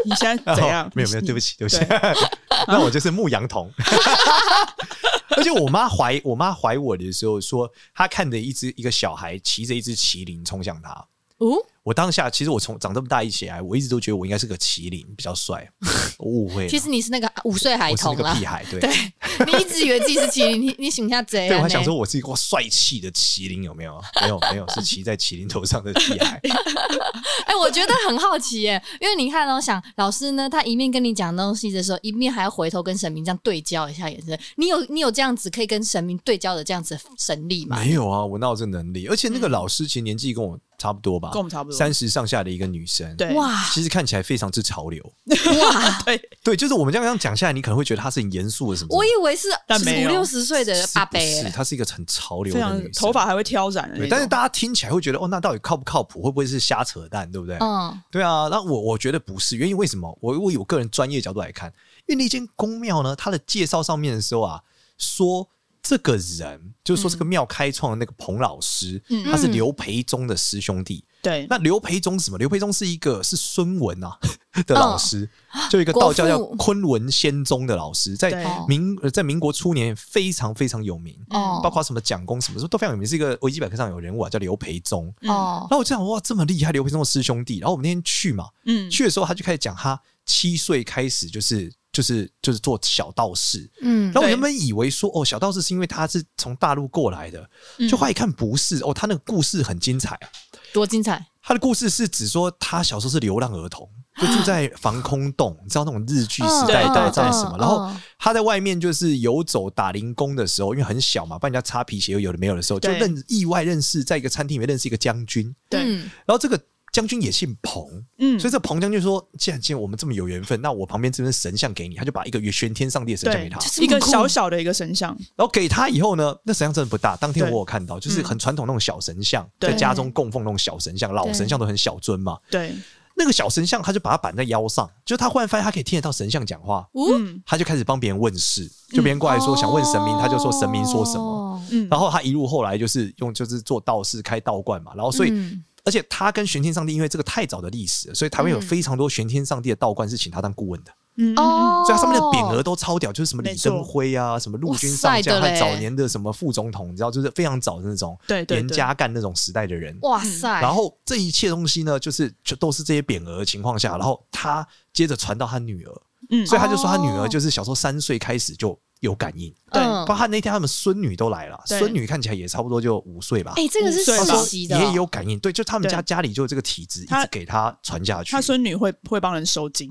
Speaker 1: 你现在怎样
Speaker 3: 哦？没有没有，对不
Speaker 1: 起。
Speaker 3: 起 对不起， 那我就是牧羊童。 而且我妈怀我妈怀我的时候说，她看着一只一个小孩骑着一只麒麟冲向她。
Speaker 2: 哦，
Speaker 3: 我当下其实我从长这么大一起来，我一直都觉得我应该是个麒麟比较帅， 我误会了，
Speaker 2: 其实你是那个五岁孩
Speaker 3: 啊我是那
Speaker 2: 童
Speaker 3: 个
Speaker 2: 啦
Speaker 3: 屁，孩，对
Speaker 2: 对你一直以为自己是麒麟，你你醒下贼
Speaker 3: 对，
Speaker 2: 了
Speaker 3: 我还
Speaker 2: 啊呢？
Speaker 3: 想说我是一个帅气的麒麟，有没有？没有没有，是骑在麒麟头上的 屁孩。
Speaker 2: 哎、我觉得很好奇耶，因为你看哦，想老师呢，他一面跟你讲东西的时候，一面还要回头跟神明这样对焦一下眼神。你有你有这样子可以跟神明对焦的这样子的神力吗？
Speaker 3: 没有啊，我哪有这能力？而且那个老师其实年纪跟我差不多吧
Speaker 1: 嗯跟，我们差不多。
Speaker 3: 三十上下的一个女生，，
Speaker 1: 对
Speaker 2: 哇
Speaker 3: 其实看起来非常之潮流。
Speaker 2: 哇！
Speaker 1: 对，
Speaker 3: 对，就是我们这样这样讲下来，你可能会觉得她是很严肃的什么什么，
Speaker 2: 我以为是
Speaker 1: 但没
Speaker 2: 五
Speaker 1: 有
Speaker 2: 六十岁的
Speaker 3: 是
Speaker 2: 阿
Speaker 3: 不
Speaker 2: 伯欸，
Speaker 3: 是，她是一个很潮流
Speaker 1: 非
Speaker 3: 的女
Speaker 1: 常
Speaker 3: 生，
Speaker 1: 头发还会挑染的那
Speaker 3: 对，
Speaker 1: 种。
Speaker 3: 但是大家听起来会觉得，哦，那到底靠不靠谱？会不会是瞎扯淡？对不对？
Speaker 2: 嗯，
Speaker 3: 对啊，那我我觉得不是，因为为什么？我我有个人专业角度来看，因为那间宫庙呢，它的介绍上面的时候啊，说这个人就是说这个庙开创的那个彭老师，
Speaker 1: 嗯
Speaker 3: 他是刘培宗的师兄弟。
Speaker 1: 对，
Speaker 3: 那刘培宗是什么？刘培宗是一个是孙文啊的老师，就一个道教叫
Speaker 2: 哦啊国父
Speaker 3: 昆仑仙宗的老师，
Speaker 1: 对
Speaker 3: 在民呃在民国初年非常非常有名。
Speaker 1: 嗯
Speaker 2: 哦，
Speaker 3: 包括什么蒋公什么都非常有名，是一个维基百科上有人物啊，叫刘培宗。
Speaker 1: 嗯
Speaker 2: 哦
Speaker 3: 然，后我就想，哇，这么厉害，刘培宗的师兄弟。然后我们那天去嘛，
Speaker 1: 嗯，
Speaker 3: 去的时候他就开始讲，他七岁开始就是就是就是做小道士。
Speaker 2: 嗯
Speaker 3: 然后我
Speaker 1: 对
Speaker 3: 原本以为说，哦，小道士是因为他是从大陆过来的，
Speaker 1: 嗯
Speaker 3: 就后来一看不是，哦，他那个故事很精彩啊。
Speaker 2: 多精彩！
Speaker 3: 他的故事是指说，他小时候是流浪儿童，就住在防空洞，你知道那种日剧时代
Speaker 1: 啊嗯
Speaker 3: 待在
Speaker 1: 嗯
Speaker 3: 什么？
Speaker 2: 嗯
Speaker 3: 然后
Speaker 2: 嗯
Speaker 3: 他在外面就是游走打零工的时候，因为很小嘛，帮人家擦皮鞋有的没有的时候，就
Speaker 1: 对
Speaker 3: 认意外认识，在一个餐厅里面认识一个将军，
Speaker 1: 对
Speaker 2: 嗯
Speaker 3: 然后这个将军也姓彭，
Speaker 1: 嗯
Speaker 3: 所以这彭将军说，既然既然我们这么有缘分，那我旁边这尊神像给你，他就把一个玄天上帝的神像给
Speaker 1: 对
Speaker 3: 他，，
Speaker 1: 一个小小的一个神像，
Speaker 3: 然后给他以后呢，那神像真的不大。当天
Speaker 1: 对
Speaker 3: 我有看到，就是很传统那种小神像，
Speaker 1: 对
Speaker 3: 在家中供奉那种小神像，老神像都很小尊嘛。
Speaker 1: 对，
Speaker 3: 那个小神像，他就把它绑在腰上，就是他忽然发现他可以听得到神像讲话，
Speaker 2: 哦，
Speaker 1: 嗯
Speaker 3: 他就开始帮别人问事，
Speaker 2: 嗯
Speaker 3: 就别人过来说想问神明，他就说神明说什么。
Speaker 2: 么
Speaker 1: 嗯，
Speaker 3: 然后他一路后来就是用就是做道士开道观嘛，然后所以
Speaker 2: 嗯
Speaker 3: 而且他跟玄天上帝因为这个太早的历史了，所以台湾有
Speaker 2: 嗯
Speaker 3: 非常多玄天上帝的道观是请他当顾问的，
Speaker 1: 嗯
Speaker 2: 哦，
Speaker 3: 所以他上面的匾额都超屌，就是什么李登辉啊，什么陆军上将，
Speaker 2: 哇塞
Speaker 3: 还
Speaker 2: 的嘞
Speaker 3: 早年的什么副总统，你知道，就是非常早的那种
Speaker 1: 对对对
Speaker 3: 严家淦那种时代的人。
Speaker 2: 哇塞，
Speaker 1: 哎
Speaker 3: 然后这一切东西呢，就是就都是这些匾额的情况下，然后他接着传到他女儿，
Speaker 1: 嗯
Speaker 3: 所以他就说他女
Speaker 2: 哦
Speaker 3: 儿就是小时候三岁开始就有感应，
Speaker 1: 对
Speaker 2: 嗯
Speaker 3: 包括他那天他们孙女都来了，
Speaker 1: 对
Speaker 3: 孙女看起来也差不多就五岁吧，
Speaker 2: 哎，这个是
Speaker 1: 五岁吧
Speaker 2: 实
Speaker 3: 说
Speaker 2: 习的哦，
Speaker 3: 也有感应，对，就他们家
Speaker 1: 对
Speaker 3: 家里就有这个体质，一
Speaker 1: 他
Speaker 3: 直给他传下去。
Speaker 1: 他孙女会会帮人收金，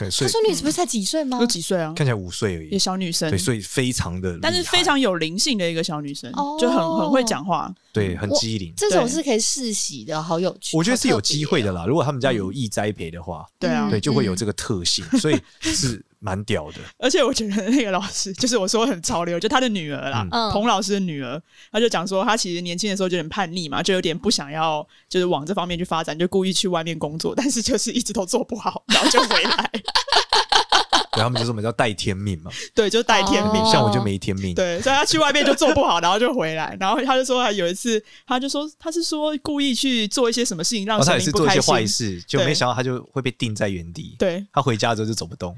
Speaker 3: 对，所
Speaker 2: 他
Speaker 3: 以
Speaker 2: 说你不是才几岁吗
Speaker 1: 有？几岁啊？
Speaker 3: 看起来五岁而
Speaker 1: 也
Speaker 3: 已，
Speaker 1: 小女生
Speaker 3: 对，，所以非常的，
Speaker 1: 但是非常有灵性的一个小女生
Speaker 2: 哦，
Speaker 1: 就很很会讲话。
Speaker 3: 对，很机灵。
Speaker 2: 这种是可以实习的，好有趣。
Speaker 3: 我觉得是有机会
Speaker 2: 好特
Speaker 1: 哦
Speaker 3: 的啦，如果他们家有易栽培的话，
Speaker 1: 对啊
Speaker 2: 嗯，
Speaker 3: 对，就会有这个特性，所以是蛮屌的。
Speaker 1: 而且我觉得那个老师，就是我说很潮流，就他的女儿啦，
Speaker 2: 嗯
Speaker 1: 彭老师的女儿，他就讲说，他其实年轻的时候就很叛逆嘛，就有点不想要，就是往这方面去发展，就故意去外面工作，但是就是一直都做不好， 然后就回 来，
Speaker 3: 然后他们就说我们叫带天命嘛，
Speaker 1: 对，就带天命。
Speaker 2: 哦
Speaker 3: 像我就没天命，
Speaker 1: 对，所以他去外面就做不好，然后就回来，然后他就说他有一次，他就说他是说故意去做一些什么事情
Speaker 3: 然
Speaker 1: 让
Speaker 3: 后
Speaker 1: 神
Speaker 3: 他哦也
Speaker 1: 明
Speaker 3: 是
Speaker 1: 不
Speaker 3: 做一
Speaker 1: 开
Speaker 3: 些坏
Speaker 1: 心，
Speaker 3: 事，就
Speaker 1: 对
Speaker 3: 没想到他就会被定在原地。
Speaker 1: 对，
Speaker 3: 他回家之后就走不动，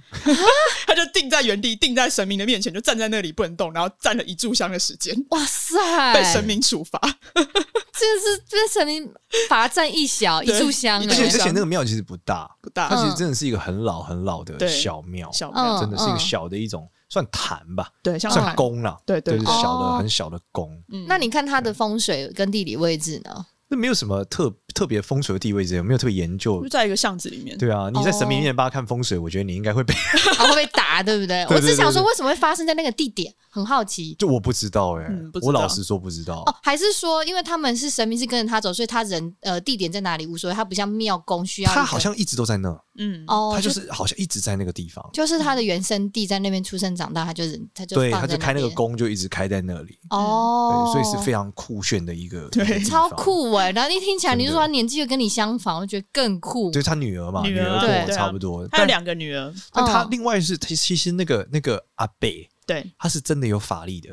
Speaker 1: 他就定在原地，定在神明的面前，就站在那里不能动，然后站了一炷香的时间，
Speaker 2: 别哇塞，
Speaker 1: 被神明处罚。
Speaker 2: 这是被神明罚站一小一
Speaker 1: 对
Speaker 2: 炷香，
Speaker 1: 一
Speaker 3: 而
Speaker 1: 炷
Speaker 3: 且
Speaker 2: 哎
Speaker 1: 香
Speaker 3: 而且那个庙其实不大，
Speaker 1: 不大
Speaker 3: 它其
Speaker 2: 嗯
Speaker 3: 实真的是一个很老很老的
Speaker 1: 对
Speaker 3: 小庙，
Speaker 1: 小庙
Speaker 2: 嗯
Speaker 3: 真的是一
Speaker 2: 嗯
Speaker 3: 个小的一种算坛吧，
Speaker 1: 对，像
Speaker 3: 算宫啦，
Speaker 1: 对对
Speaker 3: 就是
Speaker 2: 对
Speaker 3: 小
Speaker 2: 哦
Speaker 3: 的很小的宫，
Speaker 1: 嗯
Speaker 2: 那你看它的风水跟地理位置 呢？
Speaker 3: 那没有什么特特别风水的地位之类，没有特别研究
Speaker 1: 就。在一个巷子里面，
Speaker 3: 对啊，你在神
Speaker 1: 哦
Speaker 3: 明面前帮他看风水，我觉得你应该会被，
Speaker 2: 啊，会被打，对不对？
Speaker 3: 对对
Speaker 2: 我只想说，
Speaker 3: 对
Speaker 2: 为什么会发生在那个地点？很好奇
Speaker 3: 就我不知道哎
Speaker 1: 嗯不，知道
Speaker 3: 我老实说不知道
Speaker 2: 哦。，还是说，因为他们是神明是跟着他走，所以他人呃地点在哪里无所谓，他不像庙公需要一个。
Speaker 3: 他好像一直都在那，
Speaker 1: 嗯，
Speaker 2: 哦，
Speaker 3: 他
Speaker 2: 就
Speaker 3: 就是好像一直在那个地方，
Speaker 2: 就是他的原生地在那边出生长大，他就是他就
Speaker 3: 对，
Speaker 2: 放
Speaker 3: 他就
Speaker 2: 在
Speaker 3: 开那个
Speaker 2: 边
Speaker 3: 宫就一直开在那里，
Speaker 2: 哦
Speaker 3: 对，，所以是非常酷炫的一个
Speaker 1: 对
Speaker 3: 一个地
Speaker 2: 超
Speaker 3: 方。
Speaker 2: 酷哎、然后一听起来，
Speaker 3: 真
Speaker 2: 你
Speaker 3: 的
Speaker 2: 就说他年纪又跟你相仿，我觉得更酷。
Speaker 3: 就是他女儿嘛，
Speaker 1: 女
Speaker 3: 女
Speaker 1: 儿
Speaker 3: 儿跟
Speaker 2: 对
Speaker 3: 我
Speaker 1: 对啊
Speaker 3: 差不多，
Speaker 1: 他有
Speaker 3: 但
Speaker 1: 两个女儿，
Speaker 3: 但他
Speaker 2: 嗯
Speaker 3: 另外是，其其实那个那个阿贝，
Speaker 1: 对，
Speaker 3: 他是真的有法力的，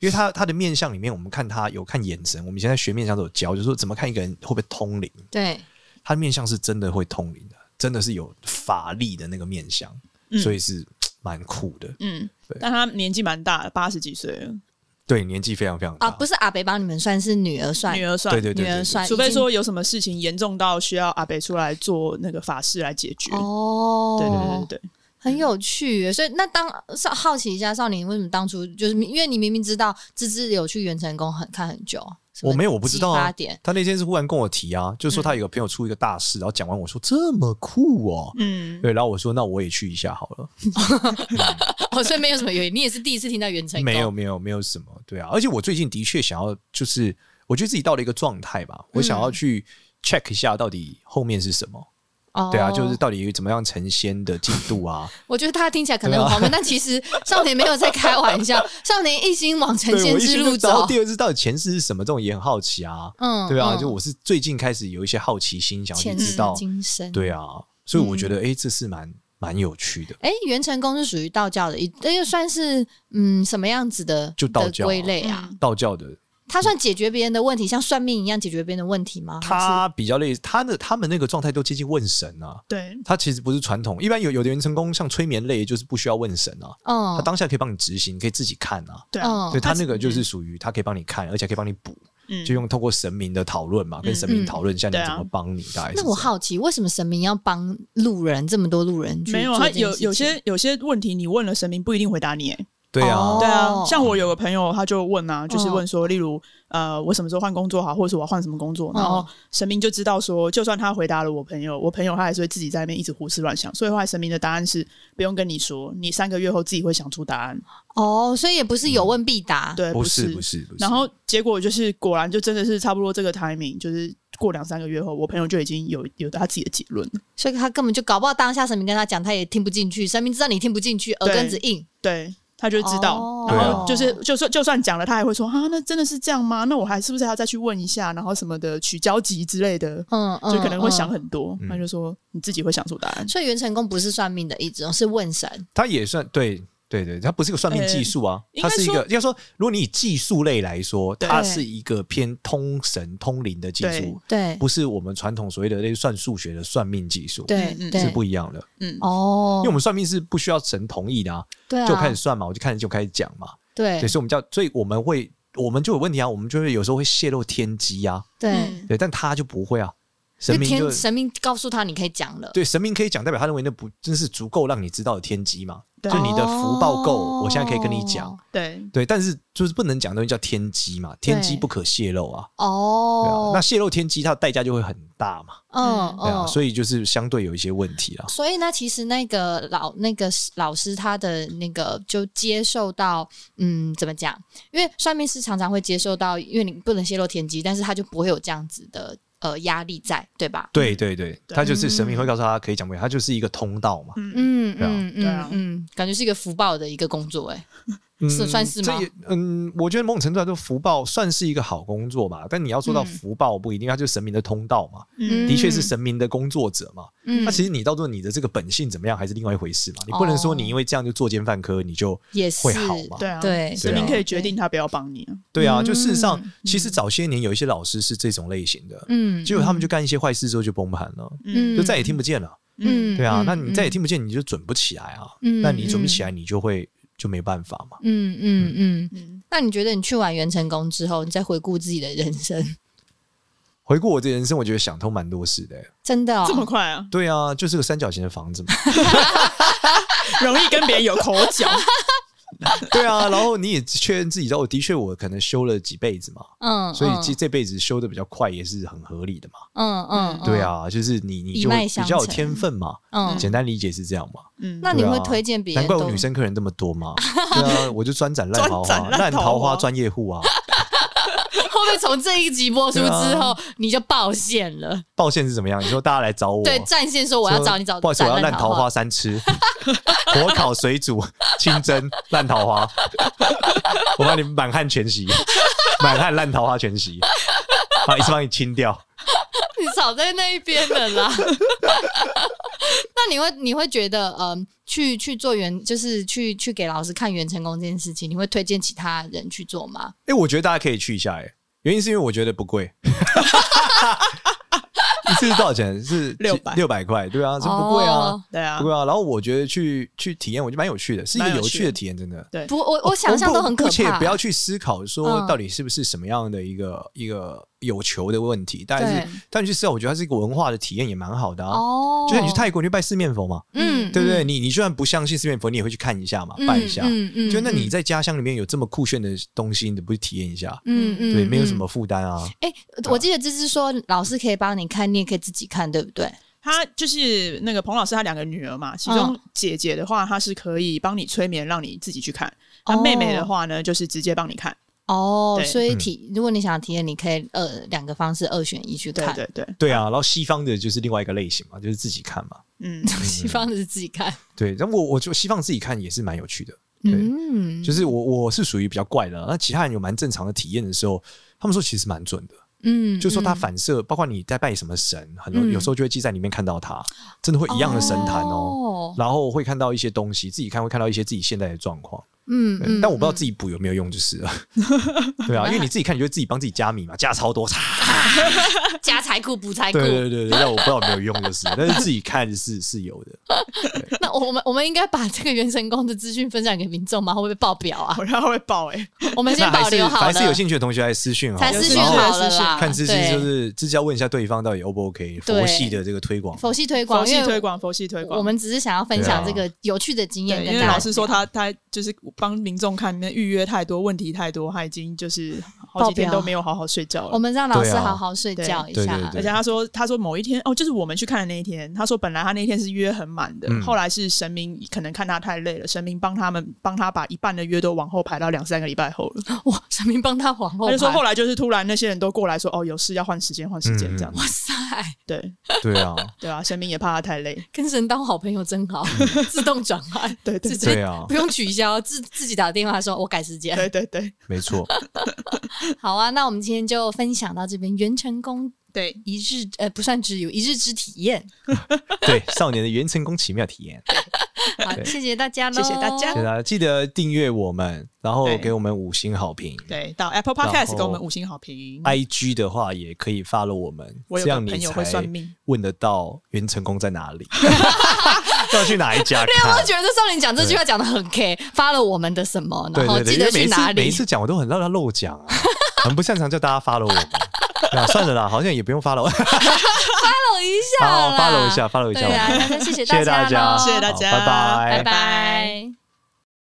Speaker 3: 因为他他的面相里面，我们看他有看眼神，我们以前在学面相都有教，就是说怎么看一个人会不会通灵，
Speaker 2: 对，
Speaker 3: 他的面相是真的会通灵的，真的是有法力的那个面相，
Speaker 1: 嗯
Speaker 3: 所以是嘖蛮酷的。
Speaker 1: 嗯
Speaker 3: 对，
Speaker 1: 但他年纪蛮大的，八十几岁了，
Speaker 3: 对，年纪非常非常大，
Speaker 2: 啊，不是阿北帮你们算，是女儿算，
Speaker 1: 女儿算
Speaker 3: 对对对
Speaker 2: 女儿算，
Speaker 1: 除非
Speaker 2: 已经
Speaker 1: 说有什么事情严重到需要阿北出来做那个法事来解决，
Speaker 2: 哦，
Speaker 1: 对对对对，
Speaker 2: 很有趣欸耶。所以那当少好奇一下，少年为什么当初就是因为你明明知道芝芝有去元成宫很看很久，什么
Speaker 3: 我没有，我不知道
Speaker 2: 激
Speaker 3: 啊
Speaker 2: 发点。
Speaker 3: 他那天是忽然跟我提啊，就是说
Speaker 2: 嗯
Speaker 3: 他有个朋友出一个大事，然后讲完我说这么酷哦，
Speaker 1: 嗯，
Speaker 3: 对，然后我说那我也去一下好了。
Speaker 2: 哦，所以没有什么原因，你也是第一次听到元成宫，
Speaker 3: 没有没有没有什
Speaker 2: 嗯
Speaker 3: 么，对啊，而且我最近的确想要，就是我觉得自己到了一个状态吧，我想要去 check 一下到底后面是什么。
Speaker 2: 哦
Speaker 3: 对啊，就是到底怎么样成仙的进 度啊？
Speaker 2: 我觉得他听起来可能很荒谬，但其实少年没有在开玩 笑，少年一心往成
Speaker 3: 对，
Speaker 2: 仙
Speaker 3: 我一
Speaker 2: 之
Speaker 3: 直
Speaker 2: 路
Speaker 3: 就知道
Speaker 2: 走。
Speaker 3: 第二次到底前世是什么，这种也很好奇啊。
Speaker 2: 嗯
Speaker 3: 对啊，
Speaker 2: 嗯
Speaker 3: 就我是最近开始有一些好奇心，想要去
Speaker 2: 前
Speaker 3: 知
Speaker 2: 世
Speaker 3: 道。
Speaker 2: 今生。
Speaker 3: 对啊，所以我
Speaker 2: 嗯
Speaker 3: 觉得，哎，这是蛮蛮有趣的。
Speaker 2: 哎，元成功是属于道教的，一这个算是嗯什么样子的
Speaker 3: 就道
Speaker 2: 的
Speaker 3: 教啊
Speaker 2: 归类啊？
Speaker 1: 嗯
Speaker 3: 道教的
Speaker 2: 他算解决别人的问题，像算命一样解决别人的问题吗？还是
Speaker 3: 他比较类似，他的他们那个状态都接近问神啊。
Speaker 1: 对，
Speaker 3: 他其实不是传统，一般有有的人成功，像催眠类就是不需要问神啊，他
Speaker 2: 嗯
Speaker 3: 当下可以帮你执行，可以自己看啊。
Speaker 1: 对啊，
Speaker 2: 嗯
Speaker 3: 所以他
Speaker 1: 他
Speaker 3: 那个就是
Speaker 1: 嗯
Speaker 3: 属于他可以帮你看，而且可以帮你补，
Speaker 1: 嗯，
Speaker 3: 就用透过神明的讨论嘛，跟神
Speaker 2: 嗯
Speaker 3: 明讨论一下你
Speaker 1: 对啊
Speaker 3: 怎么帮你。大概是
Speaker 2: 那我
Speaker 3: 这样
Speaker 2: 好奇，为什么神明要帮路人这么多路人去
Speaker 1: 没有
Speaker 2: 做
Speaker 1: 他
Speaker 2: 这件
Speaker 1: 有
Speaker 2: 事
Speaker 1: 有
Speaker 2: 情
Speaker 1: 些有些问题你问了神明不一定回答你，哎
Speaker 3: 对啊
Speaker 2: 哦，
Speaker 1: 对啊，像我有个朋友，他就问啊，就是
Speaker 2: 嗯
Speaker 1: 问说，例如呃，我什么时候换工作好，或者是我要换什么工作，
Speaker 2: 嗯
Speaker 1: 然后神明就知道说，就算他回答了我朋友，我朋友他还是会自己在那边一直胡思乱想，所以后来神明的答案是不用跟你说，你三个月后自己会想出答案，
Speaker 2: 哦，所以也不是有问必答。
Speaker 1: 哦对，
Speaker 3: 不
Speaker 1: 是
Speaker 3: 是不。是不是，
Speaker 1: 然后结果就是，果然就真的是差不多这个 timing，就是过两三个月后，我朋友就已经有有他自己的结论了。
Speaker 2: 所以他根本就搞不好当下神明跟他讲，他也听不进去。神明知道你听不进去，耳根子硬。
Speaker 1: 对他就知道，
Speaker 2: 哦
Speaker 1: 然后就
Speaker 2: 对啊
Speaker 1: 是就算就算讲了，他还会说啊，那真的是这样吗？那我还是不是还要再去问一下，然后什么的取交集之类的，
Speaker 2: 嗯，嗯
Speaker 1: 就可能会想。很多。
Speaker 3: 嗯
Speaker 1: 他就说你自己会想出答案
Speaker 2: 嗯。所以元成功不是算命的一种，是问神。
Speaker 3: 他也算对对对，他不是个算命技术啊，
Speaker 1: 呃
Speaker 3: 他是一
Speaker 1: 应该
Speaker 3: 个应该说，如果你以技术类来说，
Speaker 1: 对
Speaker 3: 它是一个偏通神通灵的技术，
Speaker 2: 对
Speaker 3: 不是我们传统所谓的类似算数学的算命技术，
Speaker 1: 嗯
Speaker 2: 对
Speaker 1: 嗯
Speaker 2: 对，
Speaker 3: 是不一样的。
Speaker 1: 嗯，
Speaker 2: 哦
Speaker 3: 因为我，们算命是不需要神同意的啊，
Speaker 2: 对啊，
Speaker 3: 就开始算嘛，我就看就开始讲嘛，
Speaker 2: 对
Speaker 3: 对，所以我们叫，所以我们会。我们就有问题啊，我们就会有时候会泄露天机啊，
Speaker 2: 对，
Speaker 1: 嗯
Speaker 3: 对，但他就不会啊，神
Speaker 2: 就
Speaker 3: 明就
Speaker 2: 天神明告诉他你可以讲了。
Speaker 3: 对神明可以讲，代表他认为那不真是足够让你知道的天机嘛，
Speaker 1: 对啊
Speaker 3: 就你的福报够
Speaker 2: 哦，
Speaker 3: 我现在可以跟你讲，
Speaker 1: 对，
Speaker 3: 对，但是就是不能讲的东西叫天机嘛，天机不可泄露啊。对啊
Speaker 2: 哦，，
Speaker 3: 那泄露天机，它的代价就会很大嘛，
Speaker 2: 嗯
Speaker 3: 对啊，
Speaker 2: 嗯，
Speaker 3: 所以就是相对有一些问题啦。
Speaker 2: 所以呢，其实那个老那个老师他的那个就接受到，嗯，怎么讲？因为算命师常常会接受到，因为你不能泄露天机，但是他就不会有这样子的呃压力在，对嗯吧？
Speaker 3: 对对对，
Speaker 1: 对
Speaker 3: 他就是神明会告诉他可以讲不讲，他就是一个通道嘛。
Speaker 1: 嗯，
Speaker 2: 嗯
Speaker 3: 对啊
Speaker 2: 嗯
Speaker 1: 对啊
Speaker 2: 嗯嗯，感觉是一个福报的一个工作、欸，
Speaker 3: 嗯
Speaker 2: 是算是吗
Speaker 3: 这也嗯，我觉得某种程度来说，福报算是一个好工作吧，但你要做到
Speaker 2: 嗯
Speaker 3: 福报不一定，它就是神明的通道嘛，
Speaker 1: 嗯
Speaker 2: 嗯
Speaker 3: 的确是神明的工作者嘛。
Speaker 2: 嗯，
Speaker 3: 那其实你到最后你的这个本性怎么样，还是另外一回事嘛。你不能说你因为这样就作奸犯科，你就
Speaker 2: 也哦是
Speaker 3: 会好嘛
Speaker 1: 对啊，
Speaker 2: 对
Speaker 1: 神明可以决定他不要帮你啊。
Speaker 3: 对啊。就事实上
Speaker 2: 嗯，
Speaker 3: 其实早些年有一些老师是这种类型的，
Speaker 2: 嗯，
Speaker 3: 结果他们就干一些坏事之后就崩盘了，
Speaker 2: 嗯
Speaker 3: 就再也听不见了。
Speaker 1: 嗯
Speaker 3: 对啊，
Speaker 2: 嗯
Speaker 3: 那你再也听不见，你就准不起来啊。
Speaker 2: 嗯
Speaker 3: 那你准不起来，你就会就没办法嘛。
Speaker 2: 嗯嗯嗯。
Speaker 1: 嗯
Speaker 2: 那你觉得你去完元成功之后，你再回顾自己的人生，
Speaker 3: 回顾我的人生，我觉得想通蛮多事的欸。
Speaker 2: 真的、哦、
Speaker 1: 这么快啊，
Speaker 3: 对啊，就是个三角形的房子 嘛。
Speaker 1: 容易跟别人有口角。
Speaker 3: 对啊，然后你也确认自己，知道哦我的确我可能修了几辈子嘛，
Speaker 2: 嗯，
Speaker 3: 所以
Speaker 2: 嗯
Speaker 3: 这这辈子修的比较快也是很合理的嘛。
Speaker 2: 嗯嗯，嗯
Speaker 3: 对，啊，就是你你就
Speaker 2: 一
Speaker 3: 会
Speaker 2: 脉
Speaker 3: 比
Speaker 2: 相
Speaker 3: 较有
Speaker 2: 承
Speaker 3: 天分嘛，
Speaker 2: 嗯，
Speaker 3: 简单理解是这样嘛。
Speaker 1: 嗯，
Speaker 2: 那你
Speaker 3: 对啊
Speaker 2: 会推荐别人？
Speaker 3: 难怪我女。生客人这么 多嘛。对啊，我就专斩烂桃
Speaker 1: 专斩
Speaker 3: 花，
Speaker 1: 烂
Speaker 3: 烂
Speaker 1: 桃
Speaker 3: 桃
Speaker 1: 花
Speaker 3: 花专业户 啊，
Speaker 2: 会不会从这一集播出之后、
Speaker 3: 啊
Speaker 2: 你就爆线了？
Speaker 3: 报线是怎么样？你说大家来找我，
Speaker 2: 对，战线说我要找你找
Speaker 3: 不好意思，我要
Speaker 2: 斩
Speaker 3: 烂桃花
Speaker 2: 花。
Speaker 3: 三吃， 火烤、水煮、清蒸烂桃花，我帮你满汉全席，满汉烂桃花全席，好，一次帮你清掉。
Speaker 2: 你少在那一边了 啦。那你会你会觉得，嗯、去去做原就是去去给老师看原成功这件事情，你会推荐其他人去做吗？
Speaker 3: 哎、我觉得大家可以去一下、欸，哎，原因是因为我觉得不贵。 一次是多少钱？是
Speaker 1: 600
Speaker 3: 六百块，对啊，这不贵啊，
Speaker 2: 哦
Speaker 1: 对啊
Speaker 3: 不，贵啊。然后我觉得去去体验，我觉得蛮有趣的，是一个有趣的体验，真的。
Speaker 1: 对，
Speaker 2: 不，
Speaker 3: 哦
Speaker 2: 我我想象都很可怕。
Speaker 3: 而且不要去思考说
Speaker 2: 嗯
Speaker 3: 到底是不是什么样的一个、一个有求的问题，但是
Speaker 2: 对
Speaker 3: 但去思考，我觉得它是一个文化的体验也蛮好的啊。
Speaker 2: 哦，
Speaker 3: 就像你去泰国你去拜四面佛嘛，
Speaker 2: 嗯，嗯，
Speaker 3: 对不对？你你就算不相信四面佛，你也会去看一下嘛，
Speaker 2: 嗯？
Speaker 3: 拜一下。
Speaker 2: 嗯嗯，
Speaker 3: 就那你在家乡里面有这么酷炫的东西，你不去体验一下？
Speaker 2: 嗯嗯，
Speaker 3: 对，没有
Speaker 2: 嗯
Speaker 3: 什么。负担啊。
Speaker 2: 哎、
Speaker 3: 对啊
Speaker 2: 我记得这是说老师可以帮你看，你也可以自己看，对不对？
Speaker 1: 他就是那个彭老师，他两个女儿嘛，其
Speaker 2: 嗯
Speaker 1: 中姐姐的话，她是可以帮你催眠，让你自己去看；，那、
Speaker 2: 哦
Speaker 1: 妹妹的话呢，就是直接帮你看。
Speaker 2: 哦，
Speaker 1: 对
Speaker 2: 所
Speaker 3: 嗯
Speaker 2: 以体，如果你想体验，你可以呃两个方式二选一去
Speaker 1: 对
Speaker 2: 看。
Speaker 1: 对对，
Speaker 3: 对啊，然后西方的就是另外一个类型嘛，就是自己看嘛。
Speaker 1: 嗯，
Speaker 2: 西方的是自己看，
Speaker 3: 对，然后我我就西方自己看也是蛮有趣的。 对
Speaker 2: 嗯，
Speaker 3: 就是我我是属于比较怪的，那其他人有蛮正常的体验的时候，他们说其实蛮准的，
Speaker 2: 嗯，
Speaker 3: 就说它
Speaker 2: 嗯
Speaker 3: 反射，包括你在拜什么神，很多
Speaker 2: 嗯
Speaker 3: 有时候就会记在里面看到它，真的会一样的神坛
Speaker 2: 哦，
Speaker 3: 哦。然后会看到一些东西，自己看会看到一些自己现在的状况，
Speaker 2: 嗯
Speaker 3: 对
Speaker 2: 嗯，
Speaker 3: 但我不知道
Speaker 2: 嗯哎
Speaker 3: 自己补有没有用，就是 了。对啊，因为你自己看，你就会自己帮自己加米嘛，加超多，
Speaker 2: 加财库补财库
Speaker 3: 对。对对对，但我不知道有没有用，就是了，但是自己看是是有的。
Speaker 2: 那我们我们应该把这个元神宫的资讯分享给民众吗？会不会爆表啊？
Speaker 1: 我觉得会爆哎、
Speaker 2: 我们先
Speaker 3: 那
Speaker 2: 保
Speaker 3: 还是
Speaker 2: 留好
Speaker 3: 凡
Speaker 2: 了
Speaker 3: 是，有兴趣的同学来私讯哈，
Speaker 2: 才
Speaker 1: 有
Speaker 2: 私
Speaker 1: 兴
Speaker 2: 讯
Speaker 1: 趣
Speaker 3: 然后
Speaker 2: 好了啦。
Speaker 3: 看知识
Speaker 2: 对
Speaker 3: 就是就是要问一下对方到底 O 不 OK
Speaker 2: 对
Speaker 3: 佛系的这个 推广，
Speaker 2: 佛系推广，
Speaker 1: 佛
Speaker 2: 因
Speaker 1: 系
Speaker 2: 为
Speaker 1: 推广，佛系推广。
Speaker 2: 我们只是想要分享这个
Speaker 3: 啊
Speaker 2: 有趣的经验
Speaker 1: 对，
Speaker 2: 跟
Speaker 1: 因
Speaker 2: 大
Speaker 1: 为
Speaker 2: 家。
Speaker 1: 老师说他他就是帮民众看，那预约太多，问题太多，他已经就是好
Speaker 2: 爆
Speaker 1: 几天
Speaker 2: 表
Speaker 1: 都没有好好睡觉
Speaker 2: 我
Speaker 1: 了。
Speaker 2: 们让老师
Speaker 3: 对啊
Speaker 2: 好好睡觉一
Speaker 3: 对
Speaker 2: 下
Speaker 3: 对。对
Speaker 1: 而且他说，他说某一天哦，就是我们去看的那一天，他说本来他那天是约很满的，
Speaker 3: 嗯
Speaker 1: 后来是神明可能看他太累了，神明帮他们帮他把一半的约都往后排到两三个礼拜后了。
Speaker 2: 哇，神明帮他往
Speaker 1: 他
Speaker 2: 后排，
Speaker 1: 就说后来就是突然那些人都过来说，哦，有事要换时间，换时间
Speaker 3: 嗯
Speaker 1: 这样。
Speaker 2: 哇塞，
Speaker 1: 对
Speaker 3: 对 啊，
Speaker 1: 对啊，神明也怕他太累。
Speaker 2: 跟神当好朋友真好，
Speaker 3: 嗯
Speaker 2: 自动转换，
Speaker 1: 对对
Speaker 2: 直
Speaker 3: 对
Speaker 2: 接
Speaker 3: 啊
Speaker 2: 不，用取消，自自己打电话说我改时间。
Speaker 1: 对对对
Speaker 3: 没错，
Speaker 2: 好啊，那我们今天就分享到这边，元成功
Speaker 1: 对，
Speaker 2: 一日呃不算之游，一日之体验。
Speaker 3: 对少年的元成功奇妙 体验，
Speaker 2: 好，
Speaker 3: 对
Speaker 2: 谢谢大家喽，
Speaker 1: 谢谢大家
Speaker 3: 对啊，记得订阅我们，然后
Speaker 1: 对
Speaker 3: 给我们五星好评。
Speaker 1: 对，到 Apple
Speaker 3: 然后哎
Speaker 1: Podcast 给我们五星好评。
Speaker 3: I G 的话也可以 follow 我们，
Speaker 1: 我有
Speaker 3: 这样
Speaker 1: 个
Speaker 3: 你
Speaker 1: 朋友
Speaker 3: 才
Speaker 1: 会算命
Speaker 3: 问得到元成功在哪 里， 要去哪一家
Speaker 2: 我
Speaker 3: 看。
Speaker 2: 觉得少年讲这句话讲的很 K，发了我们的什么，
Speaker 3: 对
Speaker 2: 然后
Speaker 3: 对对，
Speaker 2: 记
Speaker 3: 因
Speaker 2: 得
Speaker 3: 为每
Speaker 2: 去
Speaker 3: 一
Speaker 2: 哪
Speaker 3: 次每
Speaker 2: 里
Speaker 3: 一。次讲我都很让他漏讲啊，很不擅长叫大家 follow 我们。对啊，算了啦，好像也不用
Speaker 2: follow
Speaker 3: follow，
Speaker 2: 一下
Speaker 3: 好
Speaker 2: 啦
Speaker 3: follow 一下，，follow 一下
Speaker 2: 对啊
Speaker 3: 我们。
Speaker 2: 啊，大家谢谢
Speaker 3: 谢谢大
Speaker 2: 家
Speaker 3: 家，
Speaker 2: 咯，
Speaker 1: 谢谢大
Speaker 3: 好
Speaker 1: 家
Speaker 3: 拜拜
Speaker 2: 拜
Speaker 1: 拜拜
Speaker 2: 拜